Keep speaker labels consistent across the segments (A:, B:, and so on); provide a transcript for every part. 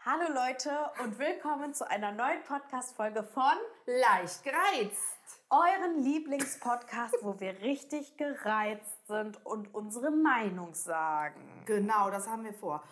A: Hallo Leute und willkommen zu einer neuen Podcast-Folge von
B: Leicht gereizt.
A: euren Lieblingspodcast, wo wir richtig gereizt sind und unsere Meinung sagen.
B: Genau, das haben wir vor.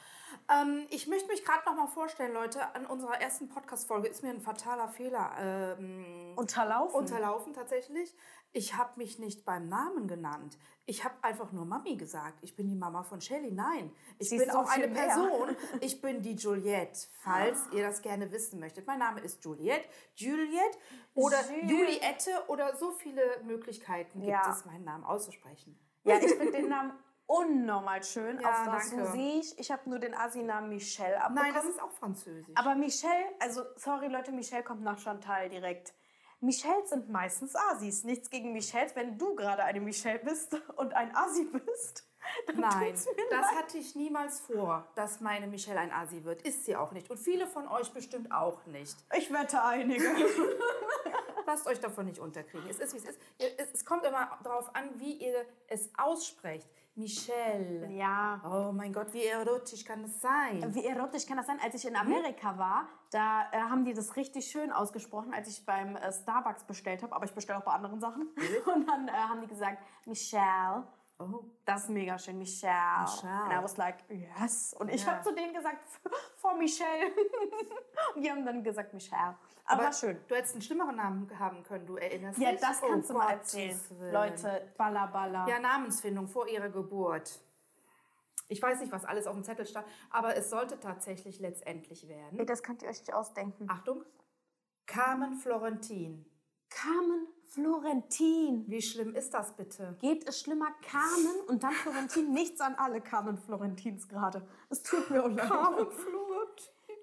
B: Ähm, ich möchte mich gerade nochmal vorstellen, Leute. An unserer ersten Podcast-Folge ist mir ein fataler Fehler ähm,
A: Unterlaufen.
B: unterlaufen, tatsächlich. Ich habe mich nicht beim Namen genannt. Ich habe einfach nur Mami gesagt. Ich bin die Mama von Shelly. Nein, ich
A: Sie ist
B: bin
A: so
B: auch eine
A: viel mehr.
B: Person. Ich bin die Juliette, falls ihr das gerne wissen möchtet. Mein Name ist Juliette, Juliette oder
A: Juliette.
B: Juliette oder so viele Möglichkeiten gibt
A: Ja.
B: es, meinen Namen auszusprechen.
A: ja, ich finde den Namen unnormal schön.
B: Ja,
A: auf
B: danke.
A: Französisch. Ich habe nur den Assi-Namen Michelle abbekommen.
B: Nein, das ist auch französisch.
A: Aber Michelle, also sorry Leute, Michelle kommt nach Chantal direkt. Michelles sind meistens Asis. Nichts gegen Michelles. Wenn du gerade eine Michelle bist und ein Asi bist, dann
B: Nein,
A: tut's mir
B: das hatte ich niemals vor, dass meine Michelle ein Asi wird. Ist sie auch nicht. Und viele von euch bestimmt auch nicht.
A: Ich wette einige.
B: Lasst euch davon nicht unterkriegen. Es ist, wie es ist. Ihr- Es es kommt immer darauf an, wie ihr es aussprecht. Michelle.
A: Ja.
B: Oh mein Gott, wie erotisch kann das sein?
A: Wie erotisch kann das sein? Als ich
B: Mhm.
A: in Amerika war, da äh, haben die das richtig schön ausgesprochen, als ich beim äh, Starbucks bestellt habe. Aber ich bestelle auch bei anderen Sachen. Und dann äh, haben die gesagt, Michelle.
B: Oh.
A: Das ist mega schön, Michelle.
B: Michelle.
A: And I was like, yes. Und ich
B: Ja.
A: habe zu denen gesagt, vor Michelle. Und die haben dann gesagt, Michelle. Aber, war schön.
B: Du hättest einen schlimmeren Namen haben können, du erinnerst
A: Ja,
B: dich?
A: das
B: Oh,
A: kannst du mal
B: Gottes
A: erzählen.
B: Willen.
A: Leute, balla balla.
B: Ja, Namensfindung vor ihrer Geburt. Ich weiß nicht, was alles auf dem Zettel stand, aber es sollte tatsächlich letztendlich werden.
A: Nee, das könnt ihr euch nicht ausdenken.
B: Achtung, Carmen Florentin.
A: Carmen Florentin.
B: Wie schlimm ist das bitte?
A: Geht es schlimmer, Carmen und dann Florentin? Nichts an alle Carmen Florentins gerade. Es tut mir leid.
B: Florent.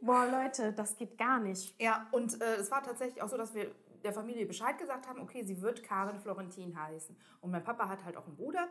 A: Boah, Leute, das geht gar nicht.
B: Ja, und äh, es war tatsächlich auch so, dass wir der Familie Bescheid gesagt haben, okay, sie wird Karen Florentin heißen. Und mein Papa hat halt auch einen Bruder.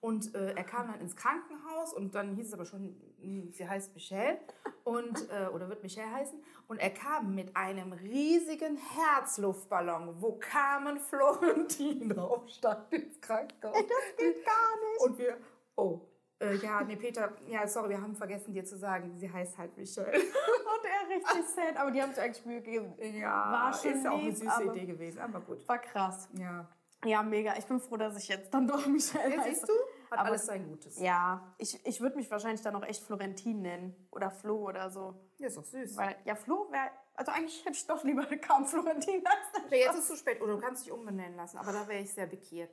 B: Und äh, er kam dann ins Krankenhaus und dann hieß es aber schon, mh, sie heißt Michelle und, äh, oder wird Michelle heißen. Und er kam mit einem riesigen Herzluftballon, wo Carmen Florentin drauf stand ins Krankenhaus.
A: Das geht gar nicht.
B: Und wir, oh, äh, ja, nee, Peter, ja, sorry, wir haben vergessen dir zu sagen, sie heißt halt Michelle.
A: Und er richtig sad. Aber die haben sich eigentlich Mühe gegeben.
B: Ja,
A: War schon
B: ist ja auch eine
A: lieb,
B: süße
A: aber-
B: Idee gewesen, aber gut.
A: War krass.
B: Ja.
A: Ja, mega. Ich bin froh, dass ich jetzt dann doch Michelle heiße.
B: siehst du? Hat alles sein Gutes. Ja.
A: Ja, ich, ich würde mich wahrscheinlich dann auch echt Florentin nennen. Oder Flo oder so.
B: ist doch süß.
A: Weil, ja, Flo wäre. Also eigentlich hätte ich doch lieber Karl Florentin als eine
B: Ja, jetzt ist es zu spät. Oder du kannst dich umbenennen lassen, aber da wäre ich sehr pikiert.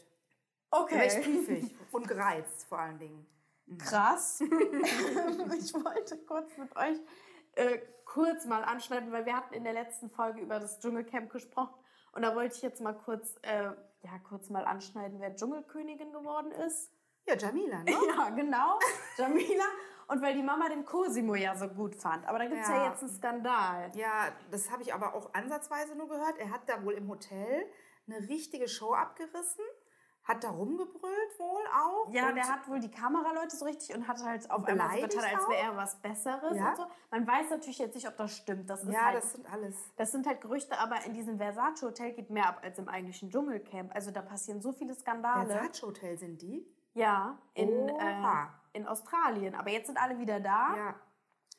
B: Da wäre ich
A: Okay.
B: piefig und gereizt vor allen Dingen.
A: Krass. ich wollte kurz mit euch äh, kurz mal anschneiden, weil wir hatten in der letzten Folge über das Dschungelcamp gesprochen. Und da wollte ich jetzt mal kurz, äh, ja, kurz mal anschneiden, wer Dschungelkönigin geworden ist.
B: Ja, Jamila, ne?
A: Ja, genau. Jamila. Und weil die Mama den Cosimo ja so gut fand. Aber da gibt es ja.
B: Ja.
A: jetzt einen Skandal.
B: Ja, das habe ich aber auch ansatzweise nur gehört. Er hat da wohl im Hotel eine richtige Show abgerissen, hat da rumgebrüllt wohl auch.
A: Ja,
B: und
A: der hat wohl die Kameraleute so richtig und hat halt auf einmal so
B: Beleidigt
A: getan, als
B: auch?
A: wäre er was Besseres
B: Ja.
A: und so. Man weiß natürlich jetzt nicht, ob das stimmt. Das ist
B: Ja,
A: halt,
B: das sind alles.
A: das sind halt Gerüchte, aber in diesem Versace-Hotel geht mehr ab als im eigentlichen Dschungelcamp. Also da passieren so viele Skandale.
B: Versace Hotel sind die?
A: Ja, in, äh,
B: Oha.
A: in Australien. Aber jetzt sind alle wieder da.
B: Ja.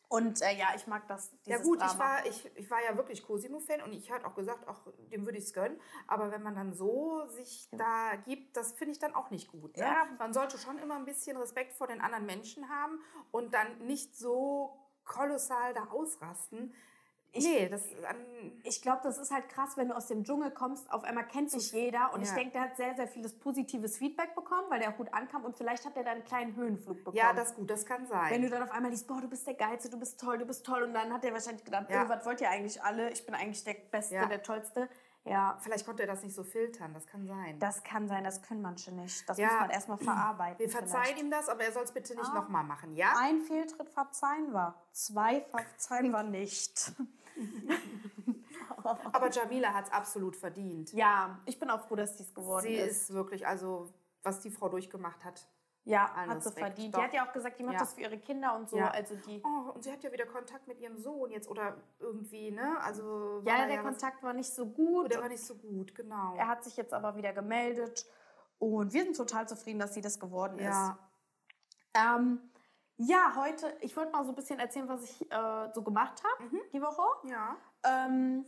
A: Und äh, ja, ich mag das.
B: Ja
A: Dieses
B: gut,
A: Drama.
B: ich war, ich, ich war ja wirklich Cosimo-Fan und ich hatte auch gesagt, auch dem würde ich es gönnen. Aber wenn man dann so sich da gibt, das finde ich dann auch nicht gut. Ne?
A: Ja.
B: Man sollte schon immer ein bisschen Respekt vor den anderen Menschen haben und dann nicht so kolossal da ausrasten. nee, das ist an,
A: ich glaube, das ist halt krass, wenn du aus dem Dschungel kommst, auf einmal kennt dich jeder. Und ich
B: Ja.
A: denke, der hat sehr, sehr vieles positives Feedback bekommen, weil der gut ankam. Und vielleicht hat er dann einen kleinen Höhenflug bekommen.
B: ja, das gut, das kann sein.
A: wenn du dann auf einmal liest, boah, du bist der Geilste, du bist toll, du bist toll. Und dann hat er wahrscheinlich gedacht,
B: Ja.
A: oh, was wollt ihr eigentlich alle? Ich bin eigentlich der Beste,
B: Ja.
A: der Tollste. Ja,
B: Vielleicht konnte er das nicht so filtern, das kann sein.
A: das kann sein, das können manche nicht. Das
B: Ja.
A: muss man erstmal verarbeiten.
B: Wir verzeihen ihm das, aber er soll es bitte nicht
A: Ah.
B: nochmal machen, ja?
A: Ein Fehltritt verzeihen war, zwei verzeihen war nicht.
B: Aber Jamila hat es absolut verdient.
A: Ja, ich bin auch froh, dass dies geworden
B: Sie
A: ist.
B: ist wirklich, also was die Frau durchgemacht hat,
A: Ja,
B: Allen
A: hat sie
B: Respekt,
A: verdient.
B: doch.
A: Die hat ja auch gesagt, die macht
B: Ja.
A: das für ihre Kinder und so.
B: Ja.
A: Also die.
B: Oh, und sie hat ja wieder Kontakt mit ihrem Sohn jetzt oder irgendwie, ne? Also war
A: Ja,
B: da
A: der
B: was-
A: Kontakt war nicht so gut.
B: der war nicht so gut, genau.
A: Er hat sich jetzt aber wieder gemeldet. Und wir sind total zufrieden, dass sie das geworden ist.
B: ja,
A: Ähm, Ja, heute, ich wollte mal so ein bisschen erzählen, was ich äh, so gemacht habe
B: Mhm.
A: die Woche.
B: Ja.
A: Ähm,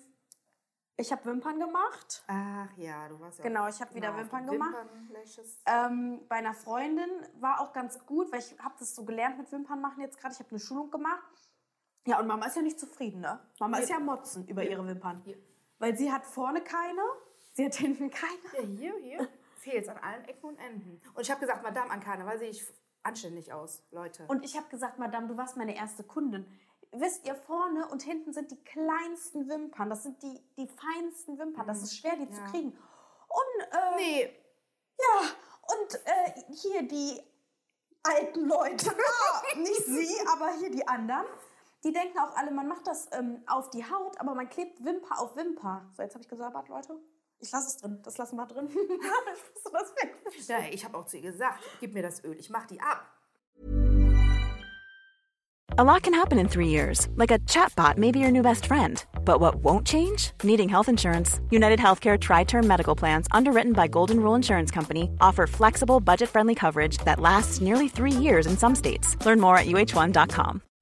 A: ich habe Wimpern gemacht.
B: Ach ja, du warst ja.
A: Genau, ich habe wieder
B: auf
A: Wimpern
B: den
A: gemacht.
B: Wimpern, Lashes.
A: Ähm, bei einer Freundin war auch ganz gut, weil ich habe das so gelernt mit Wimpern machen jetzt gerade. Ich habe eine Schulung gemacht. Ja, und Mama ist ja nicht zufrieden, ne? Mama
B: Nee.
A: ist ja am motzen über
B: Ja.
A: ihre Wimpern.
B: Ja.
A: Weil sie hat vorne keine, sie hat hinten keine.
B: Ja, Äh, hier, hier fehlt es an allen Ecken und Enden. Und ich habe gesagt, Madame, an Karneval sehe ich anständig aus, Leute.
A: Und ich habe gesagt, Madame, du warst meine erste Kundin. Wisst ihr, vorne und hinten sind die kleinsten Wimpern. Das sind die, die feinsten Wimpern. Das
B: Mhm.
A: ist schwer, die zu
B: Ja.
A: kriegen. Und, äh,
B: nee,
A: ja, und äh, hier die alten Leute, ah, nicht sie, aber hier die anderen, die denken auch alle, man macht das ähm, auf die Haut, aber man klebt Wimper auf Wimper. So, jetzt habe ich gesabbert, Leute. Ich lasse es drin. Das lassen wir drin. ich muss das weg.
B: ja, ich habe auch zu ihr gesagt, gib mir das Öl, ich mach die ab.
C: A lot can happen in three years, like a chatbot may be your new best friend. But what won't change? Needing health insurance. United Healthcare Tri Term Medical Plans, underwritten by Golden Rule Insurance Company, offer flexible, budget friendly coverage that lasts nearly three years in some states. Learn more at uh1.com.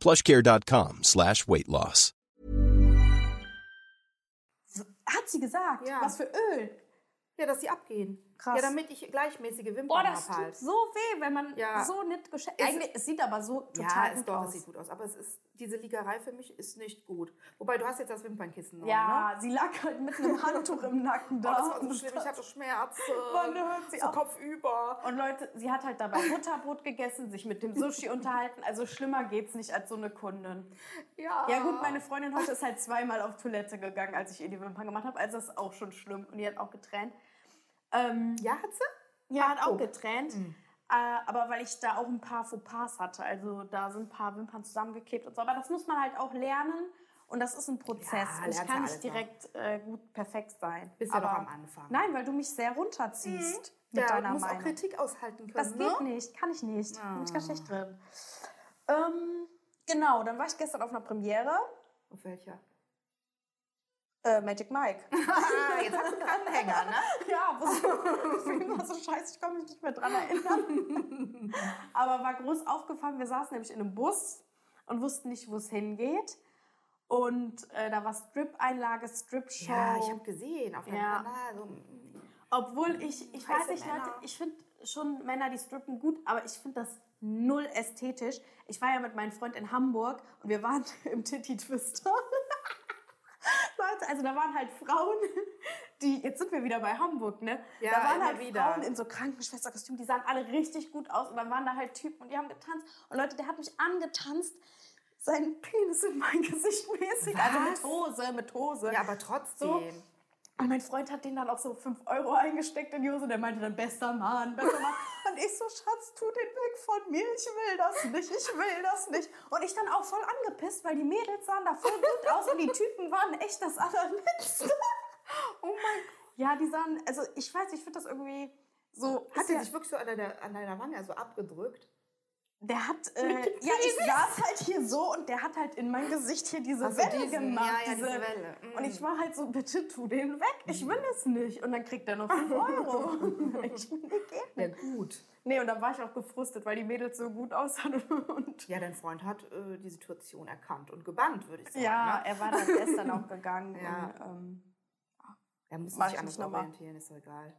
D: Plushcare.com slash weight loss.
A: Hat sie gesagt.
B: Ja.
A: Was für Öl.
B: Ja, dass sie abgehen.
A: Krass.
B: Ja, damit ich gleichmäßige Wimpern
A: Boah, das
B: hab
A: tut
B: halt.
A: so weh, wenn man
B: Ja.
A: so nicht geschätzt.
B: Ist-
A: Eigentlich, es sieht aber so
B: ja,
A: total
B: es,
A: gut
B: doch, es
A: aus.
B: sieht gut aus. Aber es ist, diese Liegerei für mich ist nicht gut. Wobei, du hast jetzt das Wimpernkissen noch, ne?
A: ja, sie lag halt mit einem Handtuch im Nacken
B: Oh,
A: da.
B: das war so schlimm, ich hatte Schmerzen.
A: Man hört sie
B: so
A: auch.
B: kopfüber.
A: Und Leute, sie hat halt dabei Butterbrot gegessen, sich mit dem Sushi unterhalten. Also schlimmer geht's nicht als so eine Kundin.
B: Ja.
A: Ja gut, meine Freundin heute ist halt zweimal auf Toilette gegangen, als ich ihr die Wimpern gemacht habe. Also das ist auch schon schlimm. Und die hat auch getränt. Ähm,
B: Ja, hat sie?
A: ja, hat auch
B: oh.
A: getränt. Äh, aber weil ich da auch ein paar Fauxpas hatte. Also da sind ein paar Wimpern zusammengeklebt und so. Aber das muss man halt auch lernen. Und das ist ein Prozess.
B: Ja,
A: und ich
B: lernst
A: kann
B: ja
A: nicht
B: alles noch.
A: direkt äh, gut perfekt sein.
B: Bist ja noch am Anfang. Mhm.
A: Nein, weil du mich sehr runterziehst mit
B: ja,
A: deiner
B: du musst
A: Meinung.
B: auch Kritik aushalten können,
A: Das
B: ne? Ah.
A: geht nicht, kann ich nicht. Bin ich ganz schlecht drin. Ähm, genau, dann war ich gestern auf einer Premiere.
B: Auf welcher?
A: Äh, Magic Mike.
B: Ah, jetzt hast du gerade einen Hänger, ne?
A: ja, was, deswegen war so scheiße, ich kann mich nicht mehr dran erinnern. Aber war groß aufgefallen, wir saßen nämlich in einem Bus und wussten nicht, wo es hingeht. Und äh, da war Strip-Einlage, Strip-Show.
B: Ja, ich habe gesehen auf deinem
A: Ja.
B: Kanal. So,
A: Obwohl ich, ich weiß
B: Hm. Weiße
A: nicht, Leute,
B: Männer.
A: ich finde schon Männer, die strippen, gut, aber ich finde das null ästhetisch. Ich war ja mit meinem Freund in Hamburg und wir waren im Titty Twister. Leute, also da waren halt Frauen, die, jetzt sind wir wieder bei Hamburg, ne?
B: Ja,
A: da waren
B: immer
A: halt
B: wieder.
A: Frauen in so Krankenschwesterkostümen, die sahen alle richtig gut aus und dann waren da halt Typen und die haben getanzt. Und Leute, der hat mich angetanzt, seinen Penis in mein Gesicht mäßig.
B: Was?
A: Also mit Hose, mit Hose.
B: ja, aber trotzdem.
A: So. Und mein Freund hat den dann auch so 5 Euro eingesteckt in die Hose und der meinte dann, bester Mann, bester Mann. Und ich so, Schatz, tu den weg von mir, ich will das nicht, ich will das nicht. Und ich dann auch voll angepisst, weil die Mädels sahen da voll gut aus und die Typen waren echt das allerletzte. Oh mein Gott. Ja, die sahen, also ich weiß, ich finde das irgendwie so...
B: Hat
A: ist ja-
B: er sich wirklich so an deiner, an deiner Wange so abgedrückt?
A: Der hat, äh, ja, ich saß halt hier so und der hat halt in mein Gesicht hier diese
B: Ach so,
A: Welle
B: diesen,
A: gemacht.
B: ja, ja, diese Welle, Mhm. mm.
A: Und ich war halt so, bitte tu den weg, ich will es nicht. Und dann kriegt er noch 5 Euro. ich bin geht
B: Ja,
A: nicht.
B: gut.
A: Nee, und dann war ich auch gefrustet, weil die Mädels so gut aussahen. Und
B: Ja, dein Freund hat äh, die Situation erkannt und gebannt, würde ich sagen.
A: ja,
B: ne?
A: er war dann gestern auch gegangen.
B: Ja.
A: Und, ähm,
B: Er muss
A: Mach
B: sich
A: ich
B: anders
A: nicht nochmal.
B: orientieren, ist doch egal.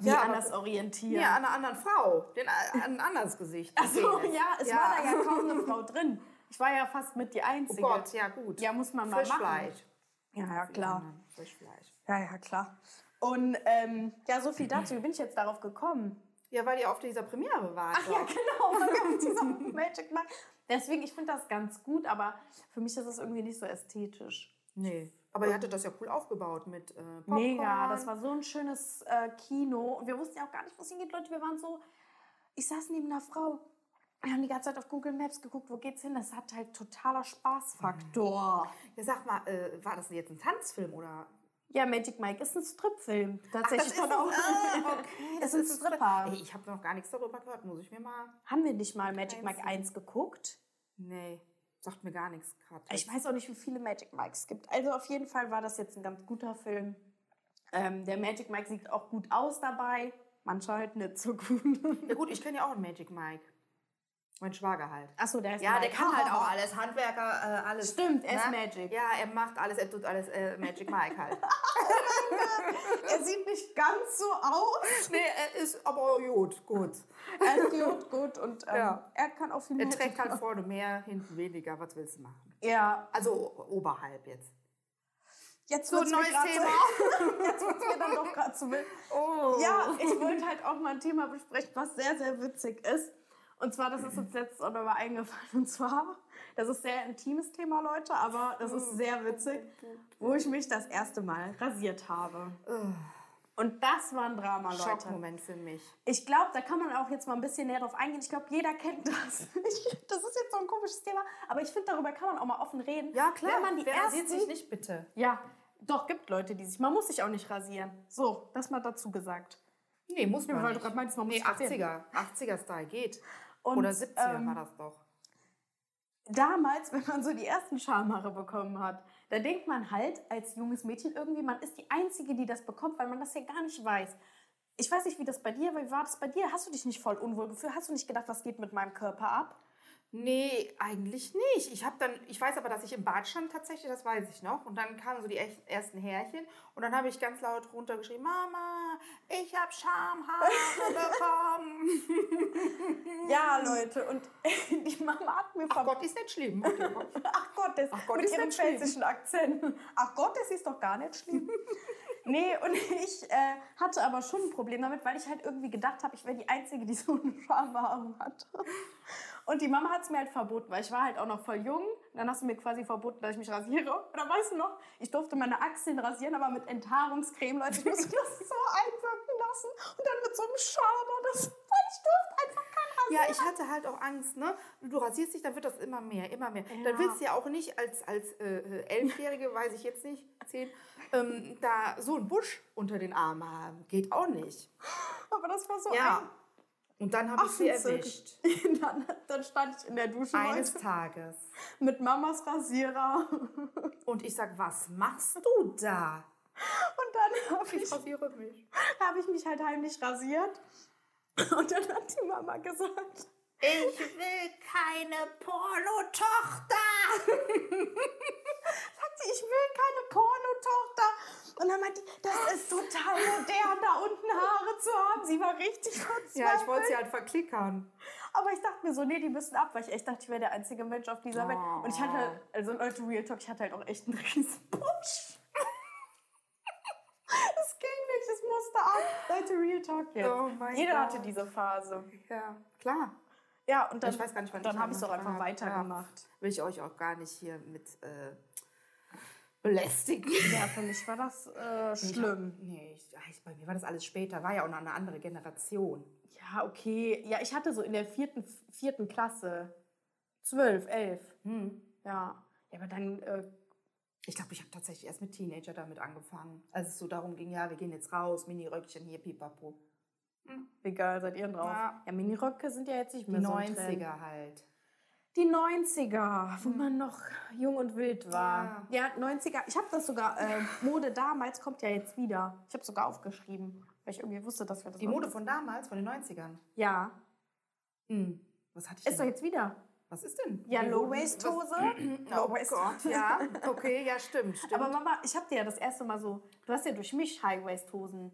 A: wie
B: Ja, aber-
A: anders orientieren.
B: Ja, an einer anderen Frau. Den, an äh, ein anderes Gesicht.
A: Ach so,
B: Penis.
A: ja, es war da ja kaum eine Frau drin. Ich Ich war ja fast mit die
B: Oh
A: Einzige.
B: Gott, ja gut.
A: Ja, muss man mal machen.
B: Fischfleisch.
A: Ja, ja, klar.
B: Mann, Fischfleisch.
A: Ja, ja, klar. Und ähm, ja, so viel dazu. Wie bin ich jetzt darauf gekommen?
B: Ja, weil ihr auf dieser Premiere wart.
A: Ach ja, genau. weil wir auf diesem Magic Mark. Deswegen, ich finde das ganz gut, aber für mich ist es irgendwie nicht so ästhetisch.
B: Nee. Aber ihr hattet das ja cool aufgebaut mit äh, Popcorn.
A: Mega, das war so ein schönes äh, Kino. Und wir wussten ja auch gar nicht, wo es hingeht, Leute. Wir waren so, ich saß neben einer Frau. Wir haben die ganze Zeit auf Google Maps geguckt, wo geht's hin? Das hat halt totaler Spaßfaktor.
B: Ja, sag mal, äh, war das jetzt ein Tanzfilm oder?
A: Ja, Magic Mike ist ein Stripfilm. Tatsächlich
B: ist
A: von
B: ein-
A: auch.
B: ah, okay,
A: ist ein Stripper.
B: Ey, ich habe noch gar nichts darüber gehört, muss ich mir mal.
A: Haben wir nicht mal Magic Mike 1 geguckt?
B: Nee, sagt mir gar nichts gerade.
A: Ich weiß auch nicht, wie viele Magic Mikes es gibt. Also auf jeden Fall war das jetzt ein ganz guter Film. Ähm, der Magic Mike sieht auch gut aus dabei. Manche halt nicht so gut.
B: Ja gut, ich kenne ja auch einen Magic Mike. Mein Schwager halt.
A: Achso, der ist
B: Ja, der
A: Mike.
B: kann halt auch alles, Handwerker, äh, alles.
A: Stimmt, er ist
B: Ne?
A: Magic.
B: Ja, er macht alles, er tut alles, äh, Magic Mike halt.
A: Er sieht nicht ganz so aus.
B: nee, er ist aber gut, gut.
A: Er ist gut, gut und ähm,
B: Ja.
A: er kann auch viel
B: Er
A: Magic
B: trägt halt
A: machen.
B: vorne mehr, hinten weniger, was willst du machen?
A: Ja,
B: Also o- oberhalb jetzt.
A: jetzt
B: So,
A: wird's mir
B: neues
A: grad
B: Thema.
A: Zu, jetzt wird es mir dann doch gerade zu wild.
B: Oh.
A: Ja, ich wollte halt auch mal ein Thema besprechen, was sehr, sehr witzig ist. Und zwar, das ist uns letztes auch nochmal eingefallen. Und zwar, das ist sehr intimes Thema, Leute, aber das ist sehr witzig, wo ich mich das erste Mal rasiert habe. Und das war ein Drama, Leute.
B: Schockmoment für mich.
A: Ich glaube, da kann man auch jetzt mal ein bisschen näher drauf eingehen. Ich glaube, jeder kennt das. Ich, das ist jetzt so ein komisches Thema, aber ich finde, darüber kann man auch mal offen reden. Wenn man die
B: Wer
A: ersten,
B: rasiert sich nicht bitte?
A: Ja, doch, gibt Leute, die sich. Man muss sich auch nicht rasieren. So, das mal dazu gesagt.
B: Nee, muss man
A: weil
B: nicht.
A: du grad meinst, man muss
B: nee,
A: rasieren.
B: 80er. 80er-Style geht.
A: Und,
B: Oder 70er
A: ähm,
B: war das doch.
A: damals, wenn man so die ersten Schamhaare bekommen hat, da denkt man halt als junges Mädchen irgendwie, man ist die Einzige, die das bekommt, weil man das ja gar nicht weiß. Ich weiß nicht, wie das bei dir, aber wie war das bei dir? Hast du dich nicht voll unwohl gefühlt? Hast du nicht gedacht, was geht mit meinem Körper ab?
B: Nee, eigentlich nicht. Ich habe dann, ich weiß aber, dass ich im Bad stand tatsächlich, das weiß ich noch. Und dann kamen so die echt- ersten Härchen und dann habe ich ganz laut runtergeschrien, Mama, ich habe Schamhaare bekommen.
A: Ja, Leute, und die Mama hat mir
B: Hm. Ach Oh Gott, ist nicht schlimm.
A: Ach Gott, das,
B: Gott,
A: mit
B: ist
A: ihrem
B: nicht schlimm.
A: pfälzischen Akzent. Ach Gott, das ist doch gar nicht schlimm. nee, und ich äh, hatte aber schon ein Problem damit, weil ich halt irgendwie gedacht habe, ich wäre die Einzige, die so eine Schamhaare hatte. Und die Mama hat es mir halt verboten, weil ich war halt auch noch voll jung. Und dann hast du mir quasi verboten, dass ich mich rasiere. Und dann weißt du noch, ich durfte meine Achseln rasieren, aber mit Enthaarungscreme, Leute. Ich musste das so einwirken lassen. Und dann mit so einem Schaber. Das, weil ich durfte einfach kein Rasieren.
B: Ja, ich hatte halt auch Angst, ne? Du rasierst dich, dann wird das immer mehr, immer mehr. Dann willst du ja auch nicht als, als äh, äh, Elfjährige, weiß ich jetzt nicht, zehn, ähm, da so einen Busch unter den Arm haben. Geht auch nicht.
A: Aber das war so
B: Ja. Und dann habe ich sie erwischt.
A: ein... Dann, dann stand ich in der Dusche, Leute.
B: Eines Tages.
A: mit Mamas Rasierer. Und
B: Und ich sag, was machst du da?
A: dann habe ich,
B: rasiere mich.
A: hab ich mich halt heimlich rasiert. Und dann hat die Mama gesagt,
B: Ich will keine Pornotochter.
A: sagt sie, ich will keine Pornotochter. Und dann meinte die, das ist total modern, da unten Haare zu haben. Sie war richtig verzweifelt.
B: Ja, ich wollte sie halt verklickern.
A: Aber ich dachte mir so, nee, die müssen ab, weil ich echt dachte, ich wäre der einzige Mensch auf dieser Welt. Und ich hatte,
B: Oh.
A: halt- also Leute, Real Talk, ich hatte halt auch echt einen riesen Busch. Es ging nicht, es musste ab. Leute, Real Talk jetzt.
B: Oh mein
A: Jeder
B: Gott.
A: hatte diese Phase.
B: Ja, klar.
A: Ja, und dann,
B: ich weiß gar nicht, wann
A: dann
B: ich
A: habe ich es auch einfach
B: angefangen habe.
A: weitergemacht.
B: Will ich euch auch gar nicht hier mit äh, belästigen.
A: Ja. für mich war das äh, schlimm.
B: Nee, ich, ich, bei mir war das alles später. War ja auch noch eine andere Generation.
A: Ja, okay. Ja, ich hatte so in der vierten, vierten Klasse zwölf, elf. Hm. Ja. Ja, aber dann, äh,
B: Ich glaube, ich habe tatsächlich erst mit Teenager damit angefangen. Als es so darum ging, ja, wir gehen jetzt raus, Mini-Röckchen hier, pipapo.
A: egal, seid ihr denn drauf? Ja,
B: Ja.
A: Miniröcke sind ja jetzt nicht
B: Die
A: mehr so ein Trend.
B: 90er halt.
A: Die 90er,
B: Hm.
A: wo man noch jung und wild war. Ja, 90er. Ich habe das sogar, äh, Mode damals kommt ja jetzt wieder. Ich habe sogar aufgeschrieben, weil ich irgendwie wusste, dass wir das
B: Die
A: noch-
B: Mode von damals, von den 90ern.
A: Ja.
B: Mhm. Was hatte ich
A: Ist doch
B: denn?
A: jetzt wieder.
B: Was ist denn?
A: Ja,
B: Die-
A: Low-Waist-Hose.
B: was- Oh Gott, ja. Okay, ja, stimmt, stimmt.
A: Aber Mama, ich habe dir ja das erste Mal so, du hast ja durch mich High-Waist-Hosen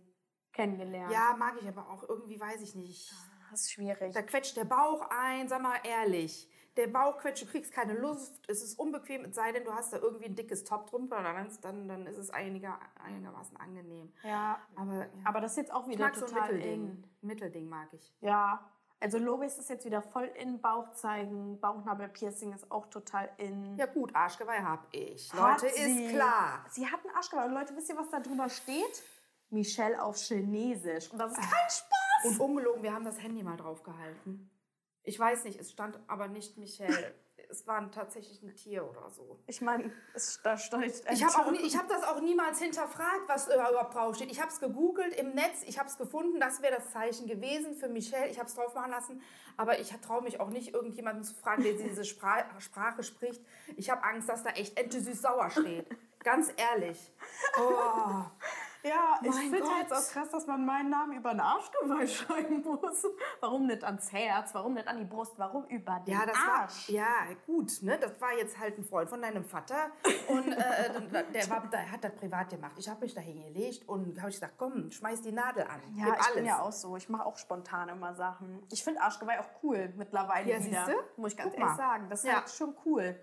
A: kennengelernt.
B: ja, mag ich aber auch irgendwie, weiß ich nicht.
A: Das ist schwierig.
B: Da quetscht der Bauch ein, sag mal ehrlich. der Bauch quetscht, du kriegst keine Luft, es ist unbequem, es sei denn, du hast da irgendwie ein dickes Top drunter, dann, dann, dann ist es einiger, einigermaßen angenehm.
A: Ja,
B: Aber, ja.
A: aber das ist jetzt auch
B: ich
A: wieder
B: mag so ein
A: total
B: Mittelding.
A: eng.
B: Mittelding mag ich.
A: Ja, also Lovis ist jetzt wieder voll in Bauch zeigen, Bauchnabelpiercing ist auch total in.
B: Ja gut, Arschgeweih hab ich.
A: Hat
B: Leute,
A: sie.
B: ist klar.
A: Sie hat einen Arschgeweih. Und Leute, wisst ihr, was da drüber steht? Michelle auf Chinesisch. Und das ist kein Spaß.
B: Und ungelogen, wir haben das Handy mal draufgehalten. Ich weiß nicht, es stand aber nicht Michelle. es war tatsächlich ein Tier oder so.
A: Ich meine, es- da steht.
B: Ich habe auch nie, ich hab das auch niemals hinterfragt, was da überhaupt draufsteht. Ich habe es gegoogelt im Netz, ich habe es gefunden, das wäre das Zeichen gewesen für Michelle. Ich habe es drauf machen lassen, aber ich traue mich auch nicht, irgendjemanden zu fragen, der diese Spra Sprache spricht. Ich habe Angst, dass da echt Ente süß-sauer steht. Ganz ehrlich. Oh.
A: Ja, ich
B: Mein
A: finde
B: Gott.
A: jetzt auch krass, dass man meinen Namen über den Arschgeweih schreiben muss. Warum nicht ans Herz? Warum nicht an die Brust? Warum über den
B: Ja, das
A: Arsch?
B: war ja gut. Ne? Das war jetzt halt ein Freund von deinem Vater und äh, dann- der, war, der hat das privat gemacht. Ich habe mich da hingelegt und habe ich gesagt, komm, schmeiß die Nadel an.
A: Ja,
B: Gib
A: ich bin ja auch so. Ich mache auch spontan immer Sachen. Ich finde Arschgeweih auch cool mittlerweile
B: Ja,
A: wieder.
B: siehste?
A: Muss ich ganz
B: Guck
A: ehrlich
B: mal.
A: sagen. Das ist
B: Ja.
A: halt schon cool.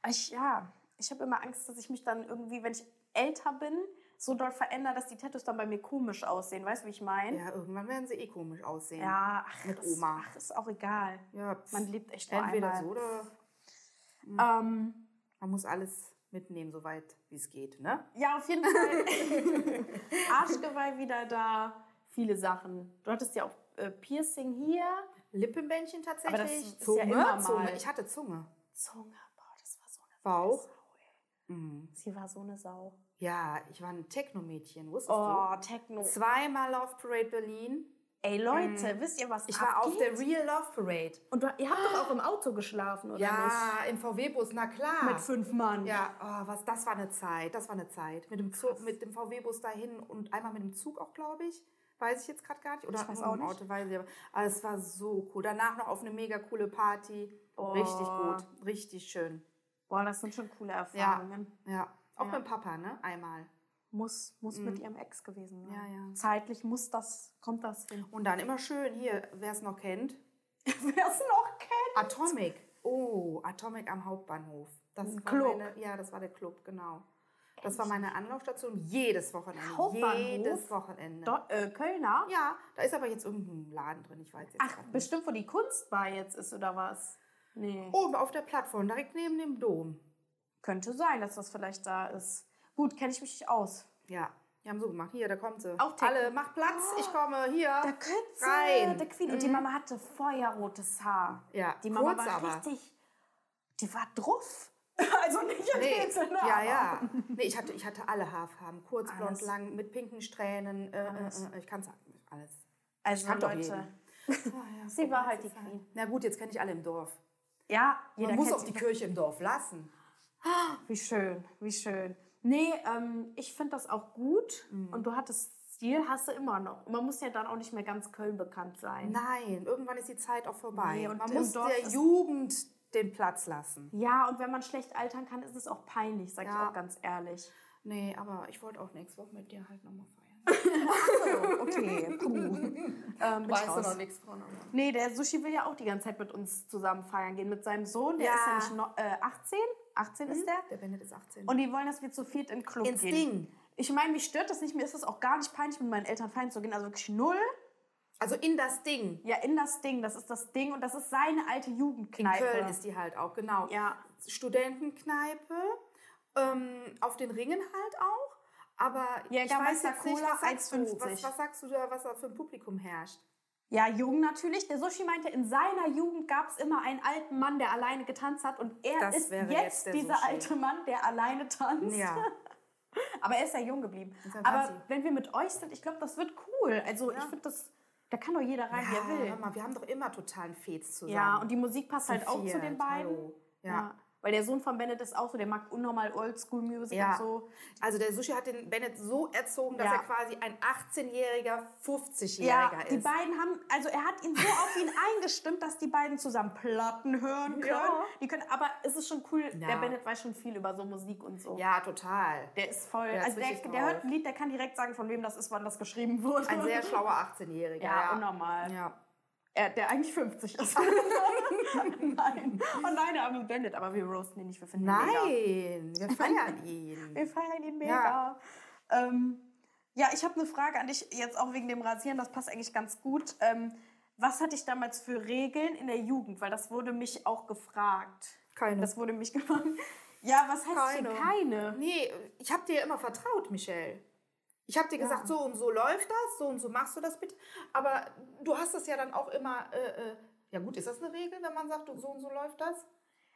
A: Aber ich, ja, ich habe immer Angst, dass ich mich dann irgendwie, wenn ich älter bin, so doll verändere, dass die Tattoos dann bei mir komisch aussehen. Weißt du, wie ich meine?
B: Ja, irgendwann werden sie eh komisch aussehen.
A: Ja, ach,
B: Mit
A: ist,
B: Oma.
A: ach, ist auch egal.
B: Ja, pff,
A: Man lebt echt nur
B: Entweder
A: einmal.
B: so oder
A: Ähm,
B: man muss alles mitnehmen, soweit wie es geht, ne?
A: Ja, auf jeden Fall. Arschgeweih wieder da. Viele Sachen. Du hattest ja auch äh, Piercing hier.
B: Lippenbändchen tatsächlich.
A: Aber das ist ja immer mal.
B: Zunge. Ich hatte Zunge.
A: Zunge. Boah, das war so eine
B: Bauch.
A: Sau, ey. Sie war so eine Sau.
B: Ja, ich war ein Techno-Mädchen, wusstest
A: Oh, Techno.
B: du? Zweimal Love Parade Berlin.
A: Ey, Leute, wisst ihr, was
B: Ich war auf
A: abgeht?
B: der Real Love Parade.
A: Und du, ihr habt doch auch im Auto geschlafen, oder
B: Ja, im VW-Bus, na klar.
A: nicht? Mit fünf Mann.
B: Ja, oh, was, das war eine Zeit, das war eine Zeit. Mit dem, Zug- mit dem VW-Bus dahin und einmal mit dem Zug auch, glaube ich. Weiß ich jetzt gerade gar nicht. Oder
A: Ich weiß
B: nur
A: auch
B: im
A: nicht.
B: Auto, weiß ich aber. aber es war so cool. Danach noch auf eine mega coole Party. Richtig
A: Oh.
B: gut, richtig schön.
A: Boah, das sind schon coole
B: Ja,
A: Erfahrungen.
B: ja. Auch mit Papa, ne? Einmal.
A: Muss, muss mit ihrem Ex gewesen sein.
B: Ja, ja.
A: Zeitlich muss das, kommt das hin.
B: Und dann immer schön, hier, wer es noch kennt,
A: Wer es noch kennt.
B: Atomic. Oh, Atomic am Hauptbahnhof. Das war
A: Club.
B: Meine, ja, das war der Club, genau. Das war meine Anlaufstation jedes Wochenende.
A: Hauptbahnhof?
B: Jedes Wochenende.
A: Do, äh, Kölner?
B: Ja, da ist aber jetzt irgendein Laden drin, ich weiß jetzt
A: Ach,
B: grad nicht.
A: bestimmt, wo die Kunstbar jetzt ist, oder was? Nee.
B: Oben auf der Plattform, direkt neben dem Dom.
A: Könnte sein, dass das vielleicht da ist. Gut, kenne ich mich nicht aus.
B: Ja, die haben so gemacht. Hier, da kommt sie.
A: Auch Techno.
B: Alle, macht Platz, ich komme hier.
A: Da könnte
B: Oh, rein. Mhm.
A: der Queen. Und die Mama hatte feuerrotes Haar.
B: Ja,
A: Die Mama
B: kurz
A: war
B: aber.
A: richtig. Die war drauf. Also nicht in
B: Nee,
A: dem Sinne.
B: ja,
A: aber-
B: ja. Nee, ich hatte, ich hatte alle Haarfarben. Kurz, blond,
A: Alles.
B: lang, mit pinken Strähnen. Äh, äh, äh, ich kann sagen, alles.
A: Also
B: kann doch
A: Leute.
B: jeden. Ah,
A: Sie war halt die Queen.
B: Na gut, jetzt kenne ich alle im Dorf.
A: Ja, jeder
B: Man muss
A: kennt
B: auch
A: sie.
B: die Kirche im Dorf lassen.
A: Wie schön, wie schön. Nee, ähm, ich finde das auch gut.
B: Mhm.
A: Und du hattest Stil, hast du immer noch. Und man muss ja dann auch nicht mehr ganz Köln bekannt sein.
B: Nein, irgendwann ist die Zeit auch vorbei.
A: Nee, und
B: Man
A: im
B: muss
A: Dorf
B: der
A: ist-
B: Jugend den Platz lassen.
A: Ja, und wenn man schlecht altern kann, ist es auch peinlich, sag ich
B: Ja.
A: auch ganz ehrlich.
B: Nee, aber ich wollte auch nächste Woche mit dir halt nochmal feiern.
A: So, okay, puh. Ähm, bin ich raus.
B: nichts von?
A: Nee, der Sushi will ja auch die ganze Zeit mit uns zusammen feiern gehen. Mit seinem Sohn, der
B: Ja.
A: ist ja nicht no, äh, 18. 18 ist der.
B: Der Bennett ist 18.
A: Und die wollen, dass wir zu viert in den Club
B: Ins
A: gehen.
B: Ding.
A: Ich meine, mich stört das nicht. Mir ist es auch gar nicht peinlich, mit meinen Eltern feiern zu gehen. Also wirklich null.
B: also in das Ding.
A: Ja, in das Ding. Das ist das Ding. Und das ist seine alte
B: In
A: Jugendkneipe.
B: Köln ist die halt auch, genau.
A: Ja.
B: Studentenkneipe, ähm, auf den Ringen halt auch. Aber ich
A: Jägermeister
B: weiß jetzt nicht,
A: Cola,
B: was sagst, du,
A: 1,50.
B: was, was sagst du da, was da für ein Publikum herrscht?
A: Ja, jung natürlich. Der Sushi meinte, in seiner Jugend gab es immer einen alten Mann, der alleine getanzt hat. Und er
B: Das
A: ist
B: wäre
A: jetzt,
B: jetzt der
A: dieser
B: Sushi.
A: alte Mann, der alleine tanzt.
B: Ja.
A: Aber er ist ja jung geblieben.
B: ja
A: Aber
B: Tanzi.
A: wenn wir mit euch sind, ich glaube, das wird cool. Also ich finde das, da kann doch jeder rein, wie er will.
B: hör mal, wir haben doch immer totalen Fets zusammen.
A: Ja, und die Musik passt halt auch zu
B: viert,
A: den beiden.
B: hallo. Ja.
A: Weil der Sohn von Bennett ist auch so, der mag unnormal Oldschool-Music
B: Ja.
A: und so.
B: Also der Sushi hat den Bennett so erzogen, dass
A: Ja.
B: er quasi ein 18-jähriger, 50-jähriger
A: Ja,
B: ist.
A: die beiden haben, also er hat ihn so auf ihn eingestimmt, dass die beiden zusammen Platten hören können.
B: Ja.
A: Die können aber es ist schon cool, der
B: Ja.
A: Bennett weiß schon viel über so Musik und so.
B: ja, total.
A: Der ist voll,
B: Der ist
A: also der,
B: richtig
A: der hört
B: drauf.
A: ein Lied, der kann direkt sagen, von wem das ist, wann das geschrieben wurde.
B: Ein sehr schlauer 18-Jähriger.
A: Ja, unnormal.
B: Ja.
A: Er, der eigentlich 50 ist. nein. Oh nein, Army Bandit, aber wir roasten ihn nicht, wir finden ihn mega.
B: Nein, wir feiern ihn.
A: Wir feiern ihn mega. Ja, ähm, ja ich habe eine Frage an dich, jetzt auch wegen dem Rasieren, das passt eigentlich ganz gut. Ähm, was hatte ich damals für Regeln in der Jugend? Weil das wurde mich auch gefragt.
B: Keine.
A: Das wurde mich gefragt. Ja, was heißt denn keine?
B: Nee, ich habe dir ja immer vertraut, Michelle. Ich habe dir gesagt, so und so läuft das, so und so machst du das bitte. Aber du hast das ja dann auch immer. Äh, äh, ja gut, ist das eine Regel, wenn man sagt, so und so läuft das?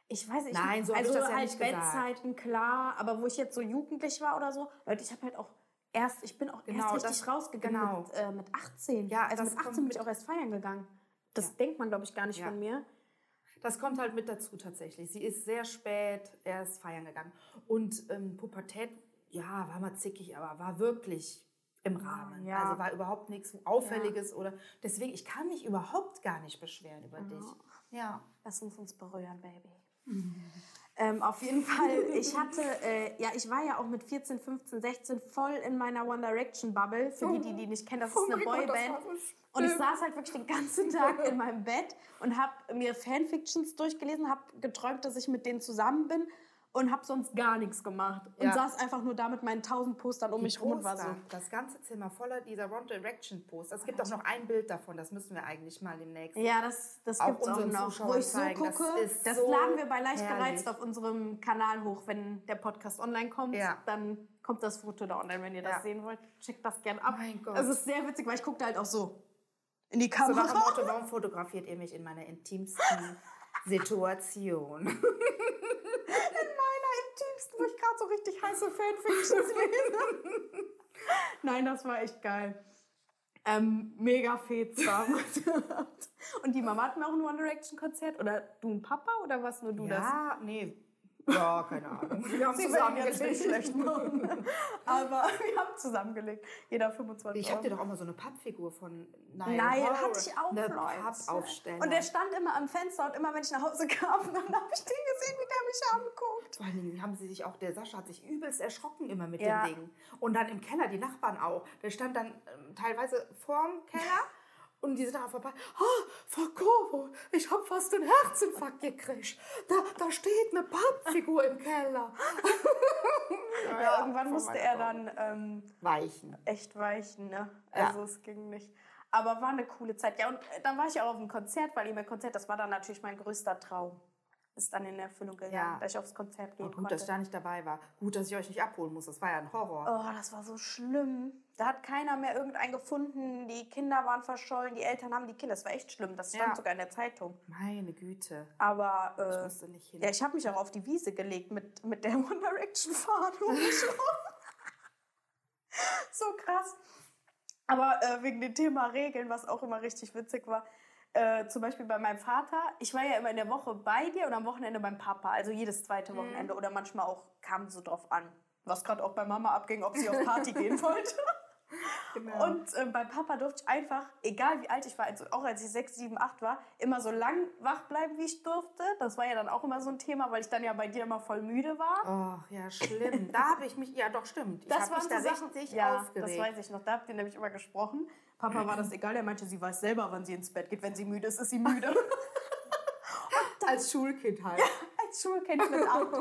A: Ich weiß nicht.
B: Nein, so hab
A: also
B: ich das ja
A: halt
B: nicht gesagt.
A: Bettzeiten, klar. Aber wo ich jetzt so jugendlich war oder so, Leute, ich habe halt auch erst, ich bin auch
B: Genau,
A: erst richtig
B: das-
A: rausgegangen
B: genau.
A: mit, äh, mit 18.
B: Ja,
A: also
B: das
A: mit 18
B: kommt-
A: bin ich auch erst feiern gegangen. Das denkt man, glaube ich, gar nicht
B: Ja.
A: von mir.
B: Das kommt halt mit dazu tatsächlich. Sie ist sehr spät erst feiern gegangen. Und ähm, Pubertät, ja, war mal zickig, aber war wirklich im Rahmen.
A: Ja.
B: Also war überhaupt nichts Auffälliges oder. Deswegen, ich kann mich überhaupt gar nicht beschweren über
A: Genau.
B: dich. Ja.
A: Lass uns uns berühren, Baby.
B: Mhm.
A: Ähm, auf jeden Fall, ich hatte, äh, ja, ich war ja auch mit 14, 15, 16 voll in meiner One Direction Bubble. Für die, die die nicht kennen, das ist eine
B: Oh mein Gott, das
A: Boyband.
B: war so
A: und ich saß halt wirklich den ganzen Tag in meinem Bett und habe mir Fanfictions durchgelesen, habe geträumt, dass ich mit denen zusammen bin und habe sonst gar nichts gemacht. Und
B: Ja.
A: saß einfach nur da mit meinen tausend Postern um mich rum und war so.
B: Poster, Das ganze Zimmer voller dieser One Direction Poster. Es gibt auch noch ein Bild davon, das müssen wir eigentlich mal demnächst.
A: Ja, das, das
B: Auch
A: gibt's auch
B: unseren
A: noch.
B: Zuschauern
A: Wo ich so
B: zeigen, das
A: gucke, das,
B: ist so
A: laden wir bei Leicht
B: herrlich.
A: gereizt auf unserem Kanal hoch, wenn der Podcast online kommt.
B: Ja.
A: Dann kommt das Foto da online, wenn ihr das
B: Ja.
A: sehen wollt. Checkt das gern ab.
B: Mein Gott.
A: Es ist sehr witzig, weil ich gucke da halt auch so in die
B: So
A: Kamera.
B: nach dem Motto, warum fotografiert ihr mich in meiner intimsten Situation?
A: meiner intimsten, wo ich gerade so richtig heiße Fanfictions lese. Nein, das war echt geil. Ähm, mega Fets damals gehabt. Und die Mama hat mir auch ein One Direction Konzert. Oder du und Papa? Oder was nur du das?
B: Ja, nee. Ja, keine Ahnung. Wir haben
A: Sie werden jetzt nicht schlecht machen. Aber wir haben zusammengelegt. Jeder 25
B: Ich
A: Euro.
B: habe dir doch auch mal so eine Pappfigur von Nile
A: Nein,
B: Horan-
A: hatte ich auch
B: eine
A: Leute.
B: Pappaufsteller.
A: Und der stand immer am Fenster und immer, wenn ich nach Hause kam, dann habe ich den gesehen, wie der mich anguckt.
B: Vor allen Dingen haben sie sich auch, der Sascha hat sich übelst erschrocken immer mit
A: Ja.
B: dem Ding. Und dann im Keller, die Nachbarn auch. Der stand dann ähm, teilweise vorm Keller und die sind darauf vorbei. Oh, Frau Kovo, ich hab fast einen Herzinfarkt gekriegt. Da, da steht eine Pappfigur im Keller.
A: Ja, irgendwann musste er dann ähm,
B: Weichen.
A: echt weichen. Ne? Also es ging nicht. Aber war eine coole Zeit. Ja, und äh, dann war ich auch auf dem Konzert, weil ihm ein Konzert, das war dann natürlich mein größter Traum. Ist dann in Erfüllung gegangen,
B: Ja.
A: dass ich aufs Konzert gehen
B: Oh, gut,
A: konnte.
B: dass ich da nicht dabei war. Gut, dass ich euch nicht abholen muss. Das war ja ein Horror.
A: Oh, das war so schlimm. Da hat keiner mehr irgendeinen gefunden. Die Kinder waren verschollen, die Eltern haben die Kinder. Das war echt schlimm. Das stand
B: Ja.
A: sogar in der Zeitung.
B: Meine Güte.
A: Aber äh,
B: Ich musste nicht hin.
A: ja, ich habe mich auch auf die Wiese gelegt mit, mit der One Direction Fahne. um mich rum. so krass. Aber äh, wegen dem Thema Regeln, was auch immer richtig witzig war, äh, zum Beispiel bei meinem Vater, ich war ja immer in der Woche bei dir und am Wochenende beim Papa, also jedes
B: Mhm.
A: zweite Wochenende oder manchmal auch kam so drauf an, was gerade auch bei Mama abging, ob sie auf Party gehen wollte. Und äh, bei Papa durfte ich einfach, egal wie alt ich war, also auch als ich sechs, sieben, acht war, immer so lang wach bleiben, wie ich durfte. Das war ja dann auch immer so ein Thema, weil ich dann ja bei dir immer voll müde war.
B: Oh, ja, schlimm. Da habe ich mich, ja doch, stimmt. Ich
A: Das
B: habe
A: waren
B: mich da
A: so Sachen,
B: richtig
A: ja,
B: aufgeregt.
A: das weiß ich noch. Da habt ihr nämlich immer gesprochen. Papa war das egal, er meinte, sie weiß selber, wann sie ins Bett geht. Wenn sie müde ist, ist sie müde.
B: Als Schulkind halt.
A: als Schulkind mit acht.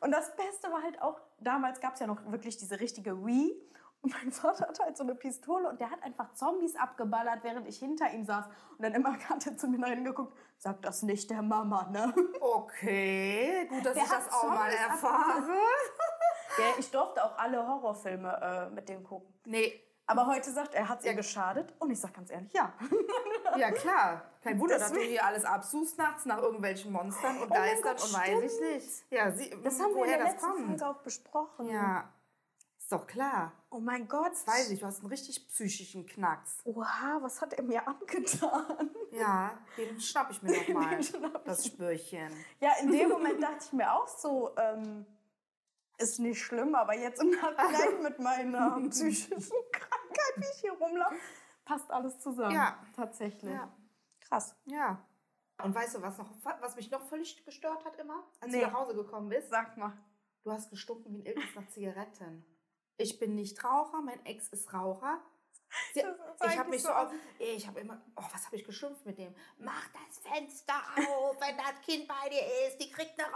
A: Und das Beste war halt auch, damals gab es ja noch wirklich diese richtige Wii. Und mein Vater hatte halt so eine Pistole und der hat einfach Zombies abgeballert, während ich hinter ihm saß. Und dann immer hat er zu mir nach hinten geguckt, sag das nicht der Mama, ne?
B: Okay, gut, dass
A: Der
B: ich
A: hat
B: das auch mal
A: Zombies
B: erfahre.
A: Ja, ich durfte auch alle Horrorfilme äh, mit dem gucken.
B: Nee,
A: Aber heute sagt er, hat es ihr geschadet. Und ich sag ganz ehrlich, ja.
B: ja klar. Kein Wunder, dass du
A: Deswegen- Oh
B: hier alles absuchst nachts nach irgendwelchen Monstern und
A: mein
B: Geistern
A: Gott,
B: und weiß ich
A: stimmt.
B: nicht. Ja, sie,
A: Das haben wir in
B: woher
A: der
B: das
A: letzten
B: kommt.
A: Folge auch besprochen.
B: Ja, ist doch klar.
A: Oh mein Gott.
B: Weiß ich, du hast einen richtig psychischen Knacks.
A: Oha, was hat er mir angetan?
B: Ja, den schnapp ich mir nochmal.
A: Den schnapp ich
B: das Spürchen.
A: Ja, in dem Moment dachte ich mir auch so, ähm, ist nicht schlimm, aber jetzt im Nachhinein mit meiner psychischen Krankheit, wie ich hier rumlaufe, passt alles zusammen.
B: Ja.
A: tatsächlich.
B: Ja.
A: Krass.
B: Ja. Und weißt du, was, noch, was mich noch völlig gestört hat immer, als
A: Nee.
B: du nach Hause gekommen bist?
A: Sag mal.
B: Du hast gestunken wie ein Iltis nach Zigaretten. Ich bin nicht Raucher, mein Ex ist Raucher. Sie,
A: ist
B: ich habe
A: eigentlich
B: mich so
A: so
B: auf, ich habe immer, oh, was habe ich geschimpft mit dem? Mach das Fenster auf, wenn das Kind bei dir ist, die kriegt eine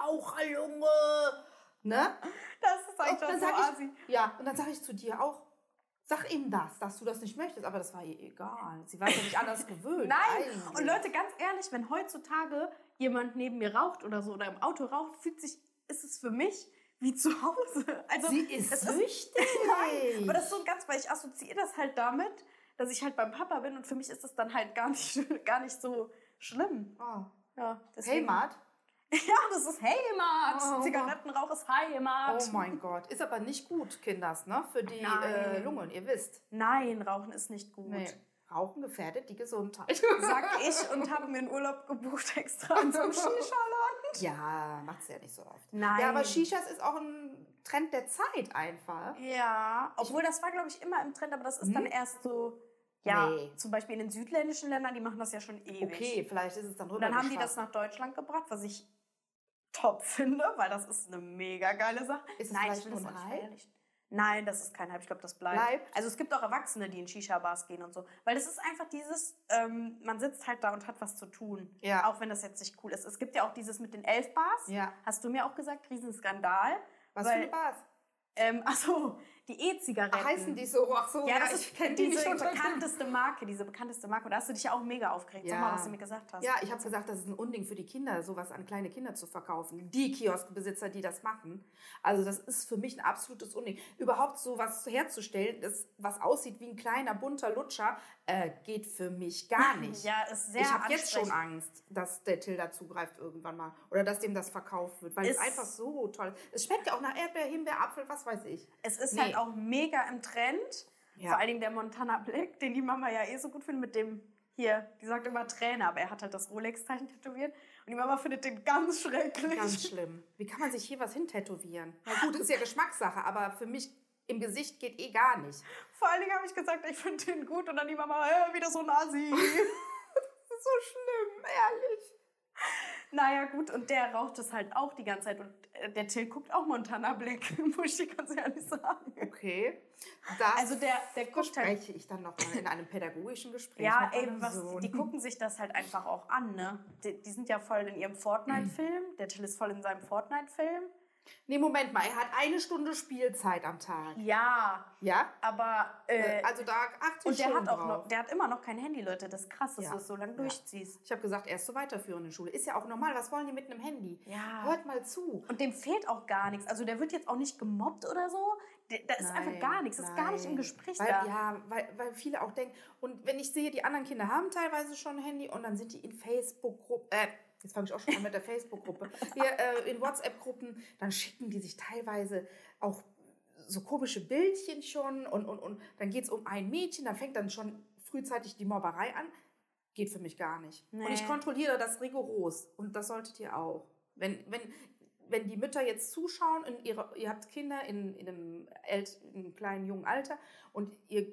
B: Raucherlunge. Ne?
A: Das ist
B: Und
A: eigentlich
B: dann
A: doch so
B: sag
A: assi.
B: ich, ja, und dann sage ich zu dir auch, sag ihm das, dass du das nicht möchtest, aber das war ihr egal. Sie war ja nicht anders gewöhnt.
A: Nein.
B: eigentlich.
A: Und Leute, ganz ehrlich, wenn heutzutage jemand neben mir raucht oder so oder im Auto raucht, fühlt sich, ist es für mich wie zu Hause. Also
B: Sie ist
A: es
B: süchtig.
A: Nein, aber das ist so ganz, weil ich assoziiere das halt damit, dass ich halt beim Papa bin und für mich ist das dann halt gar nicht, gar nicht so schlimm.
B: oh.
A: Ja,
B: Hey,
A: deswegen-
B: Mart.
A: Ja, das ist Heimat.
B: Oh.
A: Zigarettenrauch ist Heimat.
B: Oh mein Gott. Ist aber nicht gut, Kinders, ne? Für die äh,
A: Nein.
B: Lungen, ihr wisst.
A: Nein, Rauchen ist nicht gut.
B: Nee. Rauchen gefährdet die Gesundheit.
A: Sag ich und habe mir einen Urlaub gebucht extra zum Shisha-Laden.
B: ja, macht's ja nicht so oft.
A: Nein.
B: Ja, aber Shishas ist auch ein Trend der Zeit einfach.
A: Ja, obwohl das war, glaube ich, immer im Trend, aber das ist dann erst so, ja,
B: Hm? Nee.
A: zum Beispiel in den südländischen Ländern, die machen das ja schon ewig.
B: Okay, vielleicht ist es dann
A: Und
B: rüber.
A: dann haben die das nach Deutschland gebracht, was ich top finde, weil das ist eine mega geile Sache.
B: Ist es
A: Nein,
B: vielleicht
A: ich will das
B: nur ein
A: auch nicht
B: Hype?
A: verherrlichen. Nein, das ist kein Hype. Ich glaube, das bleibt.
B: Bleibt?
A: Also es gibt auch Erwachsene, die in Shisha-Bars gehen und so. Weil es ist einfach dieses, ähm, man sitzt halt da und hat was zu tun.
B: Ja.
A: Auch wenn das jetzt nicht cool ist. Es gibt ja auch dieses mit den elf Bars.
B: Ja.
A: Hast du mir auch gesagt, Riesenskandal.
B: Was für
A: weil,
B: eine Bars?
A: Ähm, achso, die E-Zigaretten.
B: Heißen die so? Ach so,
A: Ja, das ist
B: ich kenn die
A: diese
B: nicht unter-
A: bekannteste Marke, diese bekannteste Marke. Und da hast du dich ja auch mega aufgeregt. Sag mal, was du mir gesagt hast.
B: Ja, ich habe gesagt, das ist ein Unding für die Kinder, sowas an kleine Kinder zu verkaufen. Die Kioskbesitzer, die das machen. Also das ist für mich ein absolutes Unding. Überhaupt sowas herzustellen, das, was aussieht wie ein kleiner bunter Lutscher, äh, geht für mich gar nicht.
A: Ja, ist sehr
B: ich habe jetzt schon
A: ansprechend.
B: Angst, dass der Till dazu greift irgendwann mal. Oder dass dem das verkauft wird, weil es
A: Ist-
B: einfach so toll ist. Es schmeckt ja auch nach Erdbeer, Himbeer, Apfel, was weiß ich.
A: Es ist
B: Nee.
A: halt auch mega im Trend.
B: Ja.
A: Vor allen Dingen der Montana Black, den die Mama ja eh so gut findet mit dem hier, die sagt immer Trainer, aber er hat halt das Rolex-Zeichen tätowiert. Und die Mama findet den ganz schrecklich.
B: Ganz schlimm. Wie kann man sich hier was hintätowieren? Na gut, ist ja Geschmackssache, aber für mich im Gesicht geht eh gar nicht.
A: Vor allen Dingen habe ich gesagt, ich finde den gut und dann die Mama, äh, wieder so ein Asi.
B: Das ist so schlimm, ehrlich.
A: naja, gut, und der raucht es halt auch die ganze Zeit. Und äh, der Till guckt auch Montana Black, muss ich dir ganz ehrlich sagen.
B: Okay. Das
A: Also der, der guckt halt
B: spreche ich dann nochmal in einem pädagogischen Gespräch.
A: Ja,
B: mit
A: ey,
B: meinem
A: was,
B: Sohn.
A: die gucken sich das halt einfach auch an, ne? Die, die sind ja voll in ihrem Fortnite-Film. Der Till ist voll in seinem Fortnite-Film.
B: Nee, Moment mal, er hat eine Stunde Spielzeit am Tag.
A: Ja,
B: Ja?
A: aber. Äh,
B: also da achte ich
A: und der
B: schon
A: hat auch
B: drauf.
A: noch, der hat immer noch kein Handy, Leute. Das ist krass, dass
B: Ja.
A: du es so lange durchziehst.
B: ich habe gesagt, er ist zur weiterführenden Schule. Ist ja auch normal. Was wollen die mit einem Handy?
A: Ja.
B: Hört mal zu.
A: Und dem fehlt auch gar nichts. Also der wird jetzt auch nicht gemobbt oder so. Der, da ist einfach
B: Nein,
A: gar nichts. Das ist gar nicht im
B: nein.
A: Gespräch
B: weil,
A: da.
B: Ja, weil, weil viele auch denken, und wenn ich sehe, die anderen Kinder haben teilweise schon ein Handy und dann sind die in Facebook-Gruppen, äh, jetzt fange ich auch schon an mit der Facebook-Gruppe, hier äh, in WhatsApp-Gruppen, dann schicken die sich teilweise auch so komische Bildchen schon und, und, und dann geht es um ein Mädchen, dann fängt dann schon frühzeitig die Mobberei an. Geht für mich gar nicht. Und ich
A: Nee.
B: kontrolliere das rigoros. Und das solltet ihr auch. Wenn, wenn, wenn die Mütter jetzt zuschauen, in ihre, ihr habt Kinder in, in, einem ält, in einem kleinen jungen Alter und ihr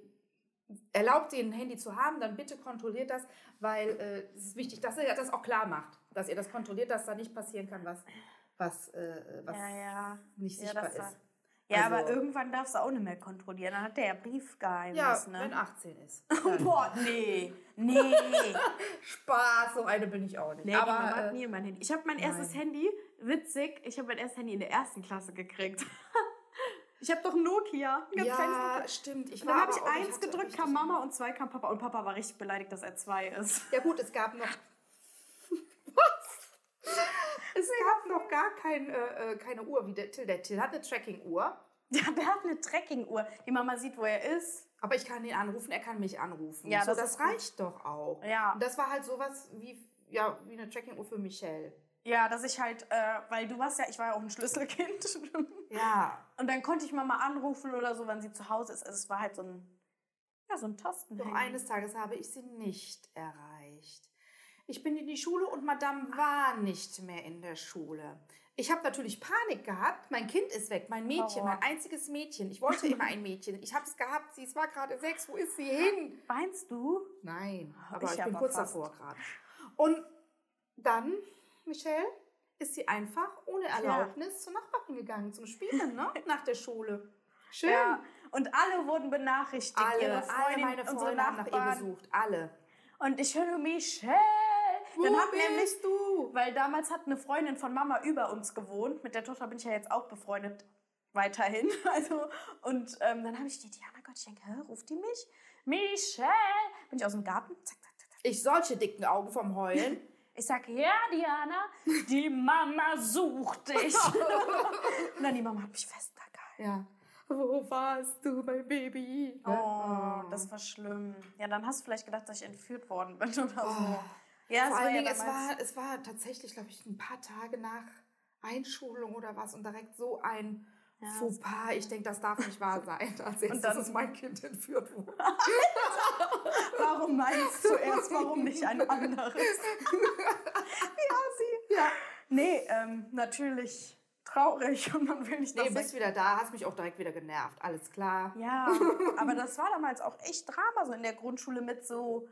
B: erlaubt ihnen ein Handy zu haben, dann bitte kontrolliert das, weil äh, es ist wichtig, dass ihr das auch klar macht, dass ihr das kontrolliert, dass da nicht passieren kann, was, was, äh, was
A: ja, ja.
B: nicht
A: ja,
B: sichtbar
A: das war-
B: ist.
A: Ja,
B: Also-
A: aber irgendwann darfst du auch nicht mehr kontrollieren. Dann hat der ja
B: Ja,
A: Briefgeheimnis,
B: wenn
A: ne?
B: 18 ist. Dann-
A: Boah, nee. Nee.
B: Spaß, so eine bin ich auch nicht.
A: Nee, aber, die Mama
B: aber
A: hat
B: äh,
A: nie mein Handy. Ich habe mein erstes Handy, witzig, ich habe mein erstes Handy in der ersten Klasse gekriegt. ich habe doch ein Nokia. ein
B: genau.
A: ganz kleines
B: ja,
A: Nokia.
B: stimmt. Ich
A: Und dann
B: war
A: habe oh, ich
B: aber auch-
A: eins
B: hatte
A: gedrückt,
B: richtig-
A: kam Mama und zwei kam Papa. Und Papa war richtig beleidigt, dass er zwei ist.
B: Ja gut, es gab noch. Was? Es gab noch gar kein, äh, äh, keine Uhr wie der Till. Der Till hat eine Tracking-Uhr,
A: Ja, der hat eine Tracking-Uhr. Die Mama sieht, wo er ist.
B: aber ich kann ihn anrufen, er kann mich anrufen.
A: Ja,
B: so,
A: das
B: das
A: ist gut.
B: reicht doch auch.
A: Ja.
B: Und das war halt sowas wie, ja, wie eine Tracking-Uhr für Michelle.
A: Ja, dass ich halt, äh, weil du warst ja, ich war ja auch ein Schlüsselkind.
B: Ja.
A: und dann konnte ich Mama anrufen oder so, wenn sie zu Hause ist. Also es war halt so ein, ja, so ein Tasten.
B: Doch eines Tages habe ich sie nicht erreicht. Ich bin in die Schule und Madame war nicht mehr in der Schule. Ich habe natürlich Panik gehabt. Mein Kind ist weg, mein Mädchen, mein einziges Mädchen. Ich wollte immer ein Mädchen. Ich habe es gehabt. Sie es war gerade sechs. Wo ist sie hin?
A: Weinst du?
B: Nein, aber
A: ich
B: ich, bin
A: aber
B: kurz
A: fast.
B: davor gerade. Und dann, Michelle, ist sie einfach ohne Erlaubnis zur Nachbarin gegangen zum Spielen, ne? Nach der Schule. Schön.
A: Ja. Und alle wurden benachrichtigt.
B: Alle,
A: ihre
B: alle
A: Freundin,
B: meine
A: unsere
B: Freunde haben nach
A: Nachbarn.
B: ihr gesucht. Alle.
A: Und ich höre Michelle.
B: Wo
A: Dann hat
B: bist
A: nämlich du? Weil damals hat eine Freundin von Mama über uns gewohnt. Mit der Tochter bin ich ja jetzt auch befreundet. Weiterhin. Also, und ähm, dann habe ich die Diana Gott, ich denke, hä, ruft die mich? Michelle! Bin ich aus dem Garten? Zack, zack, zack, zack.
B: Ich solche dicken Augen vom Heulen.
A: Ich sage, ja, Diana, die Mama sucht dich. und dann die Mama hat mich festgehalten.
B: ja. Wo warst du, mein Baby?
A: Oh, das war schlimm. Ja, dann hast du vielleicht gedacht, dass ich entführt worden bin oder so. Ja,
B: Oh. Vor allen Dingen,
A: ja
B: es,
A: damals-
B: war, es war tatsächlich, glaube ich, ein paar Tage nach Einschulung oder was und direkt so ein Fauxpas. Ich denke, das darf nicht wahr sein. Als erstes
A: dann-
B: ist mein Kind entführt worden.
A: Warum meinst du erst, warum nicht ein anderes? ja, sie. Ja. Nee, ähm, natürlich traurig und man will nicht,
B: Nee,
A: dass
B: du bist wieder da, hast mich auch direkt wieder genervt. Alles klar.
A: Ja, aber das war damals auch echt Drama, so in der Grundschule mit so,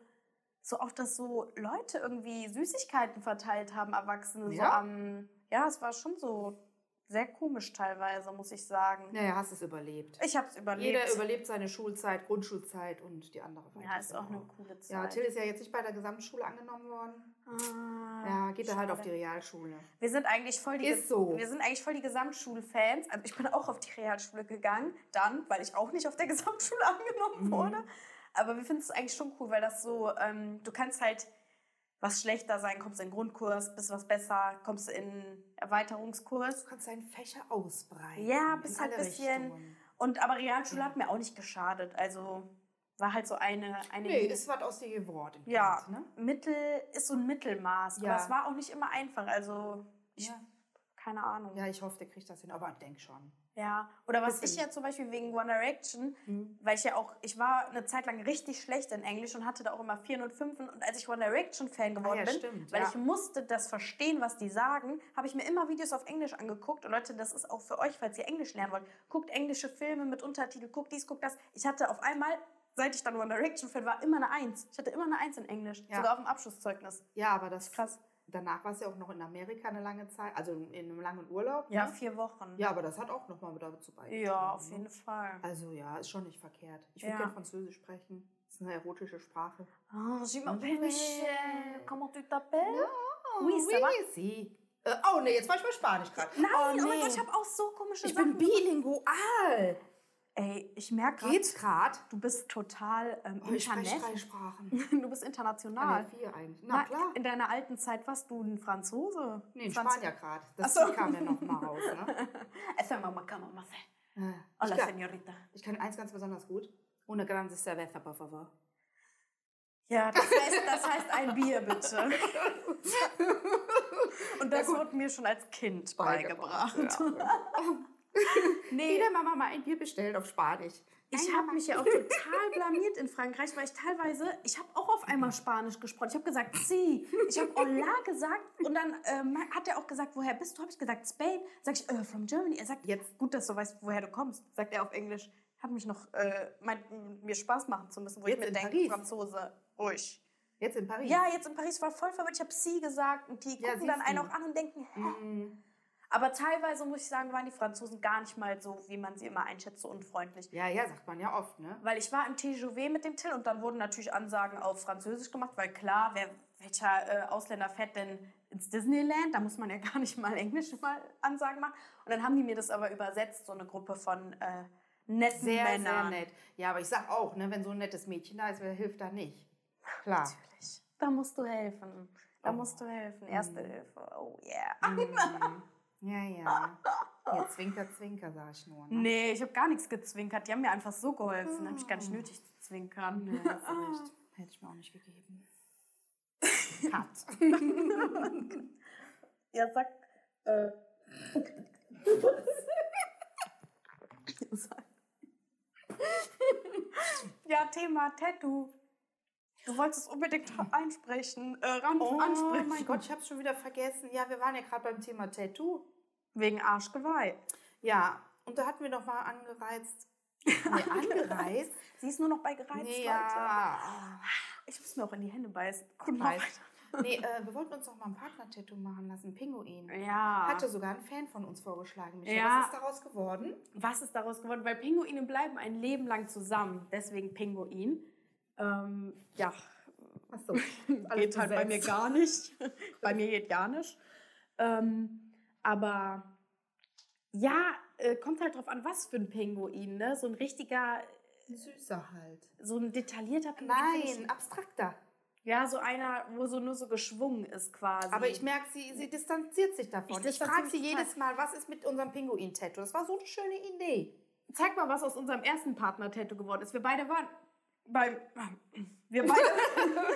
A: so auch, dass so Leute irgendwie Süßigkeiten verteilt haben, Erwachsene. So
B: Ja?
A: am, ja, es war schon so sehr komisch teilweise, muss ich sagen.
B: Naja, hast es überlebt.
A: Ich hab's überlebt.
B: Jeder überlebt seine Schulzeit, Grundschulzeit und die andere
A: ja, ist auch
B: Weiterbildung.
A: eine coole Zeit.
B: Ja, Till ist ja jetzt nicht bei der Gesamtschule angenommen worden.
A: Ah,
B: Ja, geht er halt auf
A: schade.
B: die Realschule.
A: Wir sind eigentlich voll die,
B: Ist so.
A: wir sind eigentlich voll die Gesamtschulfans. Also ich bin auch auf die Realschule gegangen, dann, weil ich auch nicht auf der Gesamtschule
B: Mhm.
A: angenommen wurde. Aber wir finden es eigentlich schon cool, weil das so, ähm, du kannst halt was schlechter sein, kommst in den Grundkurs, bist was besser, kommst in Erweiterungskurs.
B: Du kannst deinen Fächer ausbreiten.
A: Ja,
B: in
A: bist halt
B: alle
A: ein bisschen.
B: Richtungen. Mhm.
A: Und aber Realschule hat mir auch nicht geschadet. Also war halt so eine, eine
B: Nee, ist was aus dir geworden.
A: ja,
B: Kind, ne?
A: Mittel ist so ein Mittelmaß.
B: Ja.
A: Aber es war auch nicht immer einfach. Also ich,
B: Ja.
A: keine Ahnung.
B: Ja, ich hoffe, der kriegt das hin, aber ich denke schon.
A: Ja, oder was ich ja zum Beispiel wegen One Direction,
B: Mhm.
A: weil ich ja auch, ich war eine Zeit lang richtig schlecht in Englisch und hatte da auch immer Vieren und Fünfen. Und als ich One Direction-Fan geworden
B: Ah, ja,
A: bin,
B: stimmt,
A: weil
B: ja.
A: ich musste das verstehen, was die sagen, habe ich mir immer Videos auf Englisch angeguckt. Und Leute, das ist auch für euch, falls ihr Englisch lernen wollt. Guckt englische Filme mit Untertitel, guckt dies, guckt das. Ich hatte auf einmal, seit ich dann One Direction-Fan war, immer eine Eins. Ich hatte immer eine Eins in Englisch,
B: Ja.
A: sogar auf dem Abschlusszeugnis.
B: Ja, aber das
A: Krass.
B: Danach war es ja auch noch in Amerika eine lange Zeit, also in einem langen Urlaub.
A: Ja,
B: ne?
A: vier Wochen.
B: Ja, aber das hat auch nochmal dazu beigetragen.
A: ja auf
B: ne?
A: jeden Fall.
B: Also ja, ist schon nicht verkehrt. Ich würde
A: Ja.
B: gerne Französisch sprechen. Ist eine erotische Sprache.
A: Oh, je m'appelle
B: Ouais.
A: Michel. Comment tu t'appelles?
B: Oh,
A: Oui, ça va?
B: si. Äh, oh nee, jetzt war ich bei Spanisch gerade.
A: Nein,
B: oh,
A: oh, mein
B: nee.
A: Gott, ich habe auch so komische
B: Ich
A: Sachen.
B: bin bilingual.
A: Ey, ich merke
B: Geht's gerade?
A: du bist total ähm,
B: Oh, ich spreche drei
A: international.
B: Sprachen.
A: Du bist
B: Ah,
A: international.
B: nee, vier eigentlich. Na klar.
A: In deiner alten Zeit warst du ein Franzose.
B: Nee, in
A: Franz-
B: Spanier gerade. Das
A: Ach so.
B: kam ja nochmal raus. Ne?
A: Esa mamá cama más.
B: Äh,
A: Hola,
B: ich, kann,
A: señorita.
B: ich kann eins ganz besonders gut. Una grande cerveza, por favor.
A: Ja, das heißt, das heißt ein Bier, bitte. Und das wurde mir schon als Kind beigebracht.
B: Nee. Jeder Mama mal ein Bier bestellt auf Spanisch.
A: Ich habe mich ja auch total blamiert in Frankreich, weil ich teilweise, ich habe auch auf einmal Spanisch gesprochen. Ich habe gesagt, sie, ich habe hola gesagt und dann ähm, hat er auch gesagt, woher bist du? Habe ich gesagt, Spain. Sag ich, äh, from Germany. Er sagt, jetzt gut, dass du weißt, woher du kommst, sagt er auf Englisch. Hat mich noch, äh, meint, m- mir Spaß machen zu müssen, wo
B: Jetzt
A: ich mir
B: in
A: denke,
B: Paris.
A: Franzose, ruhig.
B: Jetzt in Paris.
A: Ja, jetzt in Paris war voll verwirrt, ich habe sie gesagt und die
B: Ja,
A: gucken dann
B: siehst
A: einen
B: du. Mhm.
A: auch an und denken, hä? Aber teilweise, muss ich sagen, waren die Franzosen gar nicht mal so, wie man sie immer einschätzt, so unfreundlich.
B: ja, ja, sagt man ja oft, ne?
A: Weil ich war im TGV mit dem Till und dann wurden natürlich Ansagen auf Französisch gemacht, weil klar, wer, welcher äh, Ausländer fährt denn ins Disneyland? Da muss man ja gar nicht mal englische mal Ansagen machen. Und dann haben die mir das aber übersetzt, so eine Gruppe von äh, netten
B: Sehr,
A: Männern.
B: sehr nett. Ja, aber ich sag auch, ne, wenn so ein nettes Mädchen da ist, wer hilft da nicht? Klar.
A: Natürlich. Da musst du helfen. Da musst du helfen. Erste Hilfe. Oh yeah.
B: Ja, ja. Ja, zwinker, zwinker, sag ich nur. Ne?
A: Nee, ich habe gar nichts gezwinkert. Die haben mir einfach so geholfen. Habe ich gar nicht nötig zu zwinkern.
B: Ja, hast du recht. Hätte ich mir auch nicht gegeben. Cut.
A: Ja, sag. Äh. ja, Thema Tattoo. Du wolltest es unbedingt einsprechen, äh, ran,
B: Oh
A: ansprechen.
B: mein Gott, ich hab's schon wieder vergessen. Ja, wir waren ja gerade beim Thema Tattoo.
A: Wegen Arschgeweih.
B: Ja, und da hatten wir doch mal angereizt. Nee, angereizt?
A: Sie ist nur noch bei gereizt,
B: Nee,
A: Leute.
B: ja.
A: Ich muss mir auch in die Hände beißen. Halt. Guten
B: Weiß.
A: Abend.
B: Nee, äh, wir wollten uns noch mal ein Partner-Tattoo machen lassen, ein Pinguin.
A: Ja.
B: Hatte sogar ein Fan von uns vorgeschlagen, Michael.
A: Ja.
B: Was ist daraus geworden?
A: was ist daraus geworden? Weil Pinguine bleiben ein Leben lang zusammen, deswegen Pinguin. Ähm, ja,
B: Achso,
A: geht halt bei mir
B: besetzt.
A: gar nicht. bei mir geht gar nicht. Ähm, aber ja, äh, kommt halt drauf an, was für ein Pinguin, ne? So ein richtiger,
B: Süßer halt.
A: so ein detaillierter Pinguin. find ich-
B: Nein, abstrakter.
A: Ja, so einer, wo so nur so geschwungen ist quasi.
B: Aber ich merke, sie, sie distanziert sich davon.
A: Ich
B: Ich, frage
A: distanziere
B: sie
A: mich
B: jedes Mal, was ist mit unserem Pinguin-Tattoo? Das war so eine schöne Idee.
A: Zeig mal, was aus unserem ersten Partner-Tattoo geworden ist. Wir beide waren beim. Wir beide.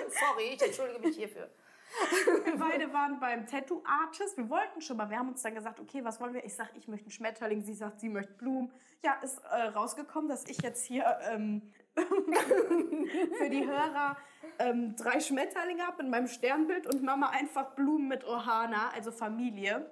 B: Sorry, ich entschuldige mich hierfür.
A: Wir beide waren beim Tattoo-Artist. Wir wollten schon mal. Wir haben uns dann gesagt, okay, was wollen wir? Ich sage, ich möchte einen Schmetterling. Sie sagt, sie möchte Blumen. Ja, ist äh, rausgekommen, dass ich jetzt hier ähm, für die Hörer ähm, drei Schmetterlinge habe in meinem Sternbild und Mama einfach Blumen mit Ohana, also Familie.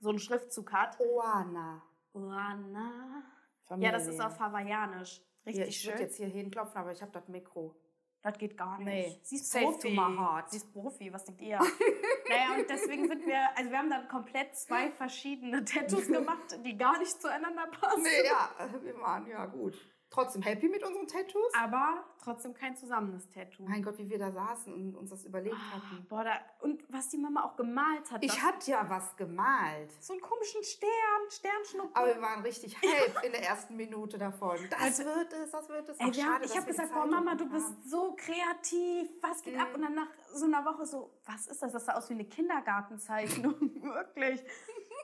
A: So einen Schriftzug hat.
B: Oana.
A: Ohana.
B: Familie.
A: Ja, das ist auf Hawaiianisch.
B: Hier,
A: Richtig
B: ich
A: schön.
B: würde jetzt hier hinklopfen, aber ich habe das Mikro.
A: Das geht gar nicht.
B: Nee.
A: Sie ist
B: Safe
A: Profi.
B: to my heart.
A: Sie ist Profi, was denkt ihr? naja, und deswegen sind wir, also wir haben dann komplett zwei verschiedene Tattoos gemacht, die gar nicht zueinander passen.
B: ja, wir waren ja gut. Trotzdem happy mit unseren Tattoos?
A: Aber trotzdem kein zusammenes Tattoo.
B: Mein Gott, wie wir da saßen und uns das überlegt hatten.
A: Boah, da, und was die Mama auch gemalt hat.
B: Ich
A: Ah, das-
B: hatte ja was gemalt.
A: so einen komischen Stern, Sternschnuppen.
B: Aber wir waren richtig hype in der ersten Minute davon. Das wird es, das wird es.
A: Also Ey,
B: Ach,
A: wir haben,
B: schade,
A: ich
B: dass
A: habe
B: wir die
A: gesagt,
B: Zeit
A: boah, Mama, du
B: nicht
A: bist
B: haben. Mhm.
A: so kreativ, was geht ab? Und dann nach so einer Woche so, was ist das? Das sah aus wie eine Kindergartenzeichnung, wirklich.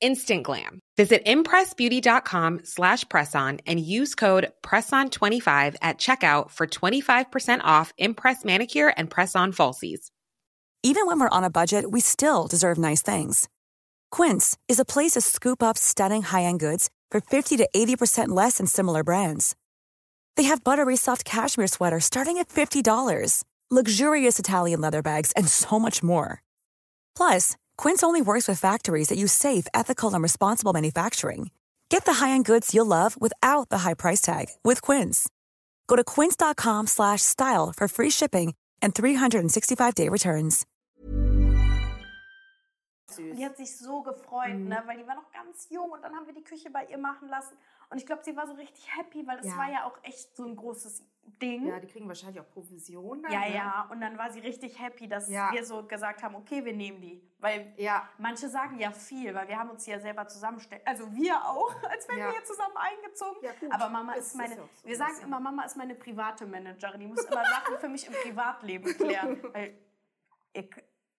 E: instant glam. Visit impressbeauty.com slash presson and use code PRESSON25 at checkout for 25% off Impress Manicure and Press-On Falsies.
F: Even when we're on a budget, we still deserve nice things. Quince is a place to scoop up stunning high-end goods for 50 to 80% less than similar brands. They have buttery soft cashmere sweaters starting at $50, luxurious Italian leather bags, and so much more. Plus, Quince only works with factories that use safe, ethical, and responsible manufacturing. Get the high-end goods you'll love without the high price tag with Quince. Go to quince.com/style slash style for free shipping and 365-day returns.
B: Süß. Mhm.
A: Die hat sich so gefreut, ne? weil die war noch ganz jung und dann haben wir die Küche bei ihr machen lassen. Und ich glaube, sie war so richtig happy, weil das
B: Ja.
A: war ja auch echt so ein großes Ding.
B: Ja, die kriegen wahrscheinlich auch Provision. dann,
A: Ja,
B: ne?
A: ja, und dann war sie richtig happy, dass
B: Ja.
A: wir so gesagt haben, okay, wir nehmen die. Weil
B: Ja.
A: manche sagen ja viel, weil wir haben uns die ja selber zusammengestellt. Also wir auch, als wären
B: Ja.
A: wir hier zusammen eingezogen.
B: Ja, gut.
A: Aber Mama
B: Das
A: ist
B: ist
A: meine,
B: ja auch so
A: wir
B: ein
A: sagen
B: bisschen.
A: immer, Mama ist meine private Managerin. Die muss immer Sachen für mich im Privatleben klären. Weil ich,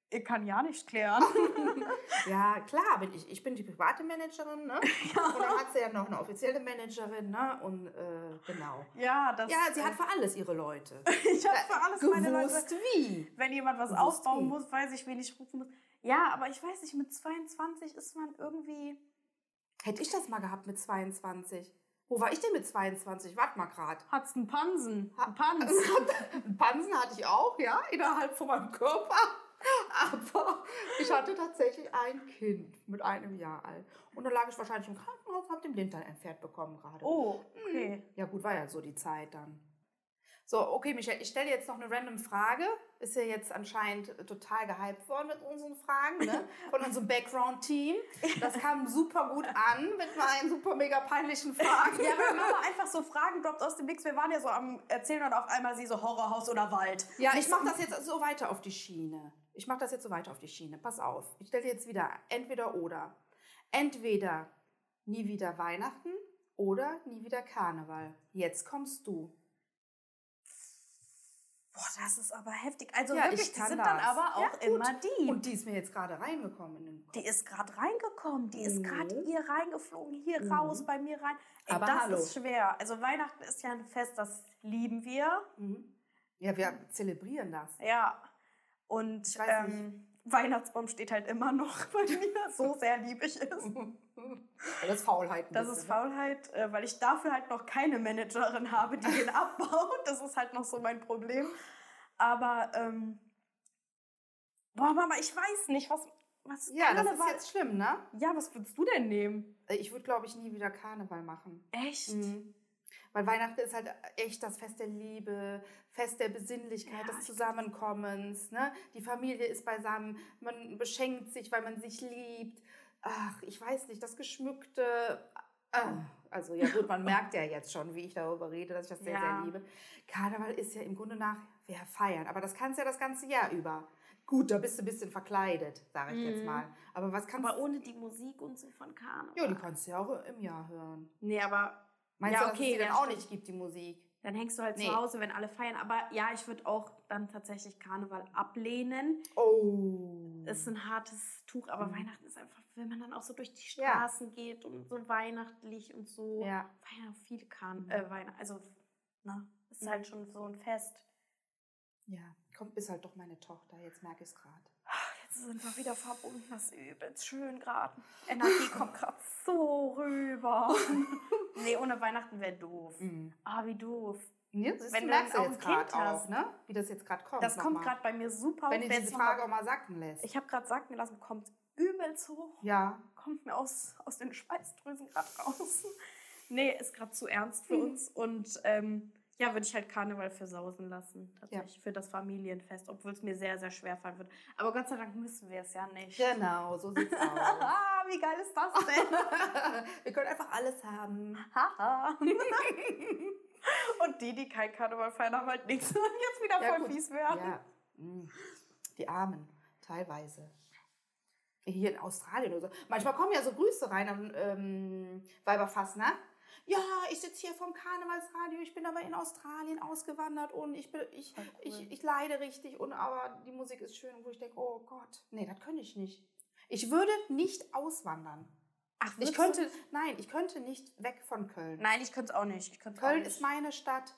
A: ich kann ja nicht klären.
B: Ja, klar, bin ich, ich bin die private Managerin, ne? Und dann hat sie ja noch eine offizielle Managerin, ne? Und äh, genau.
A: ja, das,
B: Ja, sie hat für alles ihre Leute.
A: ich habe für alles meine Leute.
B: Gewusst wie.
A: Wenn jemand was aufbauen muss, weiß ich, wen ich rufen muss. Ja, aber ich weiß nicht, mit 22 ist man irgendwie...
B: Hätte ich das mal gehabt mit 22. Wo war ich denn mit 22? Warte mal grad.
A: Hat's einen Pansen.
B: Ha-
A: Einen Pans.
B: Einen Pansen hatte ich auch, ja, innerhalb von meinem Körper. Aber ich hatte tatsächlich ein Kind mit einem Jahr alt. Und dann lag ich wahrscheinlich im Krankenhaus, habe den Blinddarm entfernt bekommen gerade.
A: Oh, okay.
B: Ja gut, war ja so die Zeit dann. So, okay, Michelle, ich stelle jetzt noch eine random Frage. Ist ja jetzt anscheinend äh, total gehypt worden mit unseren Fragen, ne? Von unserem Background-Team. Das kam super gut an mit meinen super mega peinlichen Fragen.
A: Hm. Ja, wenn Mama einfach so Fragen droppt aus dem Mix, wir waren ja so am Erzählen und auf einmal sie so Horrorhaus oder Wald.
B: Ja, ich mache das jetzt so weiter auf die Schiene. Ich mache das jetzt so weiter auf die Schiene. Pass auf. Ich stelle jetzt wieder entweder oder. Entweder nie wieder Weihnachten oder nie wieder Karneval. Jetzt kommst du.
A: Boah, das ist aber heftig. Also
B: Ja,
A: wirklich,
B: ich
A: die
B: kann
A: sind
B: das.
A: dann aber
B: Ja,
A: auch
B: gut.
A: immer die.
B: Und die ist mir jetzt gerade reingekommen in den Kopf.
A: die ist gerade reingekommen, die ist gerade
B: Mhm.
A: hier reingeflogen, hier raus, bei mir rein. Ey,
B: Aber
A: das
B: hallo.
A: ist schwer. Also Weihnachten ist ja ein Fest, das lieben wir.
B: Ja, wir zelebrieren das.
A: Ja. Und
B: weiß
A: ähm, Weihnachtsbaum steht halt immer noch bei mir. So sehr lieb ich es.
B: Das ist Faulheit. ein
A: Das
B: bisschen,
A: ist
B: ne?
A: Faulheit, äh, weil ich dafür halt noch keine Managerin habe, die den abbaut. Das ist halt noch so mein Problem. Aber, ähm, boah, Mama, ich weiß nicht, was, was
B: Ja, das ist
A: Karneval-
B: jetzt schlimm, ne?
A: ja, was würdest du denn nehmen? Mhm.
B: Äh, Ich würde, glaube ich, nie wieder Karneval machen.
A: Echt?
B: Weil Weihnachten ist halt echt das Fest der Liebe, Fest der Besinnlichkeit, des Zusammenkommens. Ne? Die Familie ist beisammen, man beschenkt sich, weil man sich liebt. Ach, ich weiß nicht, das Geschmückte. Ah, also ja gut, man merkt ja jetzt schon, wie ich darüber rede, dass ich das sehr,
A: Ja.
B: sehr liebe. Karneval ist ja im Grunde nach, wir feiern, aber das kannst du ja das ganze Jahr über. Gut, da bist du ein bisschen verkleidet, sage ich jetzt mal. Aber was kannst
A: Mhm. Aber
B: du...
A: ohne die Musik und so von Karneval.
B: Ja, die kannst du ja auch im Jahr hören.
A: Nee, aber
B: Meinst
A: Ja,
B: du, dass
A: okay,
B: es die dann
A: ja,
B: auch
A: stimmt.
B: nicht gibt, die Musik?
A: dann hängst du halt
B: Nee.
A: zu Hause, wenn alle feiern. Aber ja, ich würde auch dann tatsächlich Karneval ablehnen.
B: Oh.
A: Ist ein hartes Tuch, aber Weihnachten ist einfach, wenn man dann auch so durch die
B: Mhm. Ja.
A: Straßen geht und so weihnachtlich und so.
B: Ja. Mhm.
A: War ja viele Karn, äh, Weihnachten, also, ne, ist halt schon so ein Fest.
B: Ja, kommt bis halt doch meine Tochter, jetzt merke ich es gerade.
A: Jetzt sind wir wieder verbunden, das ist übelst schön gerade. Energie kommt gerade so rüber. nee, ohne Weihnachten wäre doof.
B: Mhm.
A: Ah, wie doof.
B: Jetzt
A: Wenn du
B: du merkst
A: dann
B: ja
A: auch
B: jetzt
A: ein
B: gerade
A: Kind
B: auch,
A: hast.
B: ne? Wie das jetzt gerade kommt.
A: Das kommt
B: nochmal.
A: gerade bei mir super
B: Wenn
A: hoch.
B: du
A: Wer
B: diese
A: jetzt noch mal-
B: Frage auch mal sacken lässt.
A: Ich habe gerade sagen lassen, kommt übelst hoch.
B: ja.
A: kommt mir aus, aus den Schweißdrüsen gerade raus. Nee, ist gerade zu ernst
B: Hm.
A: für uns. Und ähm, ja, würde ich halt Karneval versausen lassen, tatsächlich für das Familienfest, obwohl es mir sehr, sehr schwer fallen wird. Aber Gott sei Dank müssen wir es ja nicht.
B: Genau, so sieht's aus.
A: Ah, wie geil ist das denn?
B: Wir können einfach alles haben.
A: Haha. Und die, die kein Karneval feiern, haben halt nichts. Jetzt wieder voll
B: gut.
A: fies werden.
B: Ja. Mm. Die Armen, teilweise. Hier in Australien oder so. Manchmal kommen ja so Grüße rein am ähm, Weiberfassnacht. Ja, ich sitze hier vom Karnevalsradio, ich bin aber in Australien ausgewandert und ich, bin,
A: Ah,
B: ich, ich, ich leide richtig und aber die Musik ist schön, wo ich denke, oh Gott, nee, das könnte ich nicht. Ich würde nicht auswandern.
A: Ach,
B: Ich könnte, nein, ich könnte nicht weg von Köln.
A: Nein, ich könnte es auch nicht. Ich könnte auch
B: Köln
A: nicht.
B: ist meine Stadt.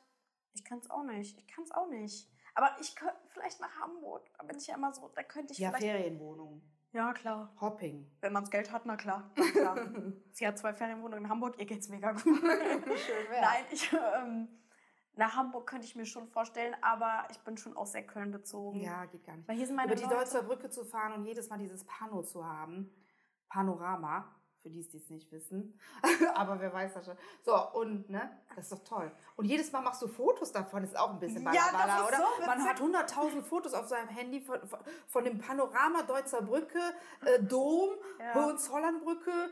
A: Ich kann es auch nicht. Ich kann es auch nicht. Aber ich könnte vielleicht nach Hamburg. Da bin ich ja immer so. Da könnte ich
B: Ja,
A: vielleicht.
B: Ferienwohnung.
A: Ja, klar.
B: Hopping.
A: Wenn man das Geld hat, na klar. Na klar. Sie hat zwei Ferienwohnungen in Hamburg, ihr geht's mega gut. Nein, ich, ähm, nach Hamburg könnte ich mir schon vorstellen, aber ich bin schon auch sehr Köln bezogen.
B: Ja, geht gar nicht.
A: Um Weil hier sind meine
B: Über die
A: Leute.
B: Deutzer Brücke zu fahren und jedes Mal dieses Pano zu haben. Panorama, für die, die es nicht wissen. Aber wer weiß das schon. So, und, ne? Das ist doch toll. Und jedes Mal machst du Fotos davon. Das ist auch ein bisschen
A: Ja,
B: Balabala,
A: das ist
B: oder?
A: so
B: Man
A: witzig.
B: hat 100.000 Fotos auf seinem Handy von, von, von dem Panorama Deutzer Brücke, äh, Dom,
A: Ja.
B: Hohenzollernbrücke.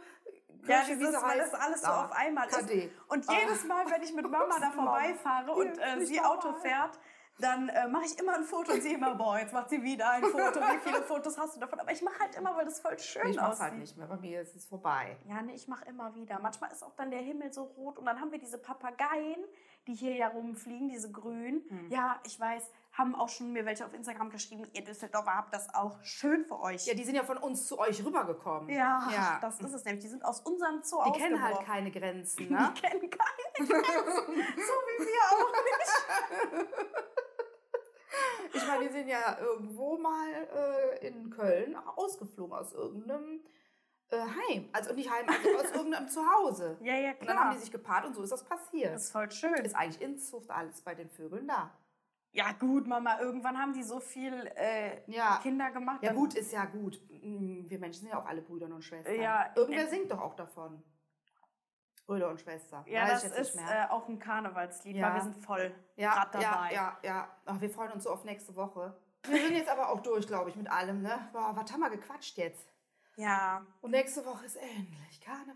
A: Ja,
B: Kirche, wie
A: dieses,
B: sie
A: weil
B: heißt.
A: das alles so
B: Da.
A: auf einmal ist.
B: KD.
A: Und
B: Ah.
A: jedes Mal, wenn ich mit Mama da vorbeifahre und
B: Hier,
A: äh,
B: nicht
A: sie
B: normal.
A: Auto fährt, dann äh, mache ich immer ein Foto und sie immer, boah, jetzt macht sie wieder ein Foto. Wie viele Fotos hast du davon? Aber ich mache halt immer, weil das voll schön
B: Ich mach's
A: aussieht.
B: halt nicht mehr. Bei mir ist es vorbei.
A: Ja, nee, ich mache immer wieder. Manchmal ist auch dann der Himmel so rot und dann haben wir diese Papageien, die hier ja rumfliegen, diese grünen.
B: Hm.
A: Ja, ich weiß, haben auch schon mir welche auf Instagram geschrieben, ihr Düsseldorfer habt das auch schön für euch.
B: Ja, die sind ja von uns zu euch rübergekommen.
A: Ja,
B: ja.
A: das ist es nämlich. Die sind aus unserem Zoo
B: Die kennen halt
A: ausgebrochen.
B: keine Grenzen, ne?
A: Die kennen keine Grenzen. so wie wir auch nicht.
B: Ich meine, die sind ja irgendwo mal äh, in Köln ausgeflogen aus irgendeinem äh, Heim. Also nicht Heim, also aus irgendeinem Zuhause.
A: Ja, ja,
B: Und dann haben
A: klar.
B: die sich gepaart und so ist das passiert.
A: Das ist voll schön.
B: ist eigentlich Inzucht alles bei den Vögeln da.
A: Ja gut, Mama, irgendwann haben die so viel äh,
B: Ja.
A: Kinder gemacht.
B: Ja,
A: dann-
B: gut, ist ja gut. Mm, Wir Menschen sind ja auch alle Brüder und Schwestern.
A: Ja,
B: Irgendwer
A: äh,
B: singt doch auch davon. Brüder und Schwestern.
A: Ja,
B: Weiß ich
A: das
B: jetzt
A: ist
B: nicht mehr.
A: äh, auch ein Karnevalslied,
B: Ja.
A: weil wir sind voll
B: ja,
A: grad
B: ja,
A: dabei.
B: ja, ja. Ach, wir freuen uns so auf nächste Woche. Wir sind jetzt aber auch durch, glaube ich, mit allem, ne? Boah, was haben wir gequatscht jetzt?
A: ja.
B: Und nächste Woche ist endlich Karneval.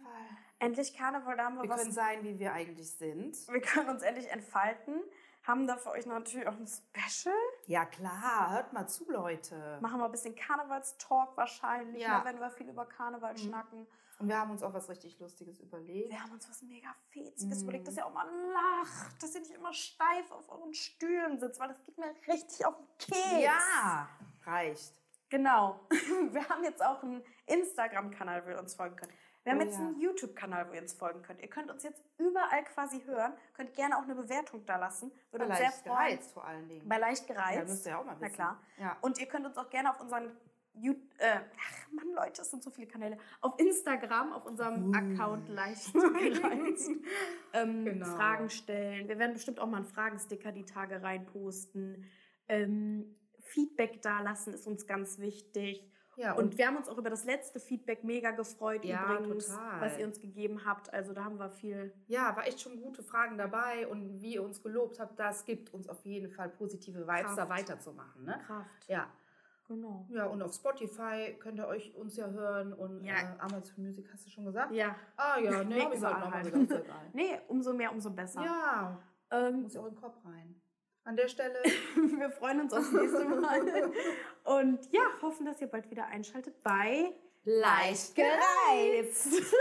A: Endlich Karneval, da haben wir,
B: Wir
A: was.
B: können sein, wie wir eigentlich sind.
A: wir können uns endlich entfalten. Haben da für euch natürlich auch ein Special.
B: Ja, klar, hört mal zu, Leute.
A: Machen wir ein bisschen Karnevalstalk wahrscheinlich,
B: Ja. Mhm.
A: ne, wenn wir viel über Karneval schnacken.
B: Und wir haben uns auch was richtig Lustiges überlegt.
A: Wir haben uns was mega
B: Mhm.
A: Fetziges überlegt, dass ihr auch mal lacht, dass ihr nicht immer steif auf euren Stühlen sitzt, weil das geht mir richtig auf den Keks.
B: Ja, reicht.
A: Genau. Wir haben jetzt auch einen Instagram-Kanal, wo ihr uns folgen könnt. Wir haben
B: Oh
A: jetzt
B: ja.
A: einen YouTube-Kanal, wo ihr uns folgen könnt. Ihr könnt uns jetzt überall quasi hören. Könnt gerne auch eine Bewertung da lassen. Würde uns sehr
B: Leicht
A: freuen.
B: gereizt vor allen Dingen.
A: Bei leicht gereizt.
B: Ja, müsst ihr ja auch mal
A: Na
B: wissen.
A: klar.
B: Ja.
A: Und ihr könnt uns auch gerne auf unseren Ju- äh, ach Mann, Leute, es sind so viele Kanäle. Auf Instagram, auf
B: Uh.
A: unserem Account leicht gereizt, ähm,
B: Genau.
A: Fragen stellen. Wir werden bestimmt auch mal einen Fragensticker die Tage reinposten. Ähm, Feedback dalassen ist uns ganz wichtig.
B: Ja,
A: und,
B: und-
A: wir haben uns auch über das letzte Feedback mega gefreut,
B: Ja,
A: übrigens,
B: total.
A: was ihr uns gegeben habt. Also da haben wir viel.
B: Ja, war echt schon gute Fragen dabei und wie ihr uns gelobt habt, das gibt uns auf jeden Fall positive Vibes, da
A: Kraft.
B: weiterzumachen. Ne?
A: Kraft.
B: Ja.
A: Genau.
B: Ja, und auf Spotify könnt ihr euch uns ja hören und
A: Ja.
B: Äh, Amazon Music hast du schon gesagt?
A: Ja.
B: Ah ja, nee, hab ich
A: überall
B: halt nochmal
A: halt.
B: gesagt, ist egal.
A: Nee, umso mehr, umso besser.
B: Ja,
A: Ähm,
B: muss ja auch in den Kopf rein. An der Stelle
A: wir freuen uns aufs nächste Mal. Und ja, hoffen, dass ihr bald wieder einschaltet bei
B: leicht gereizt.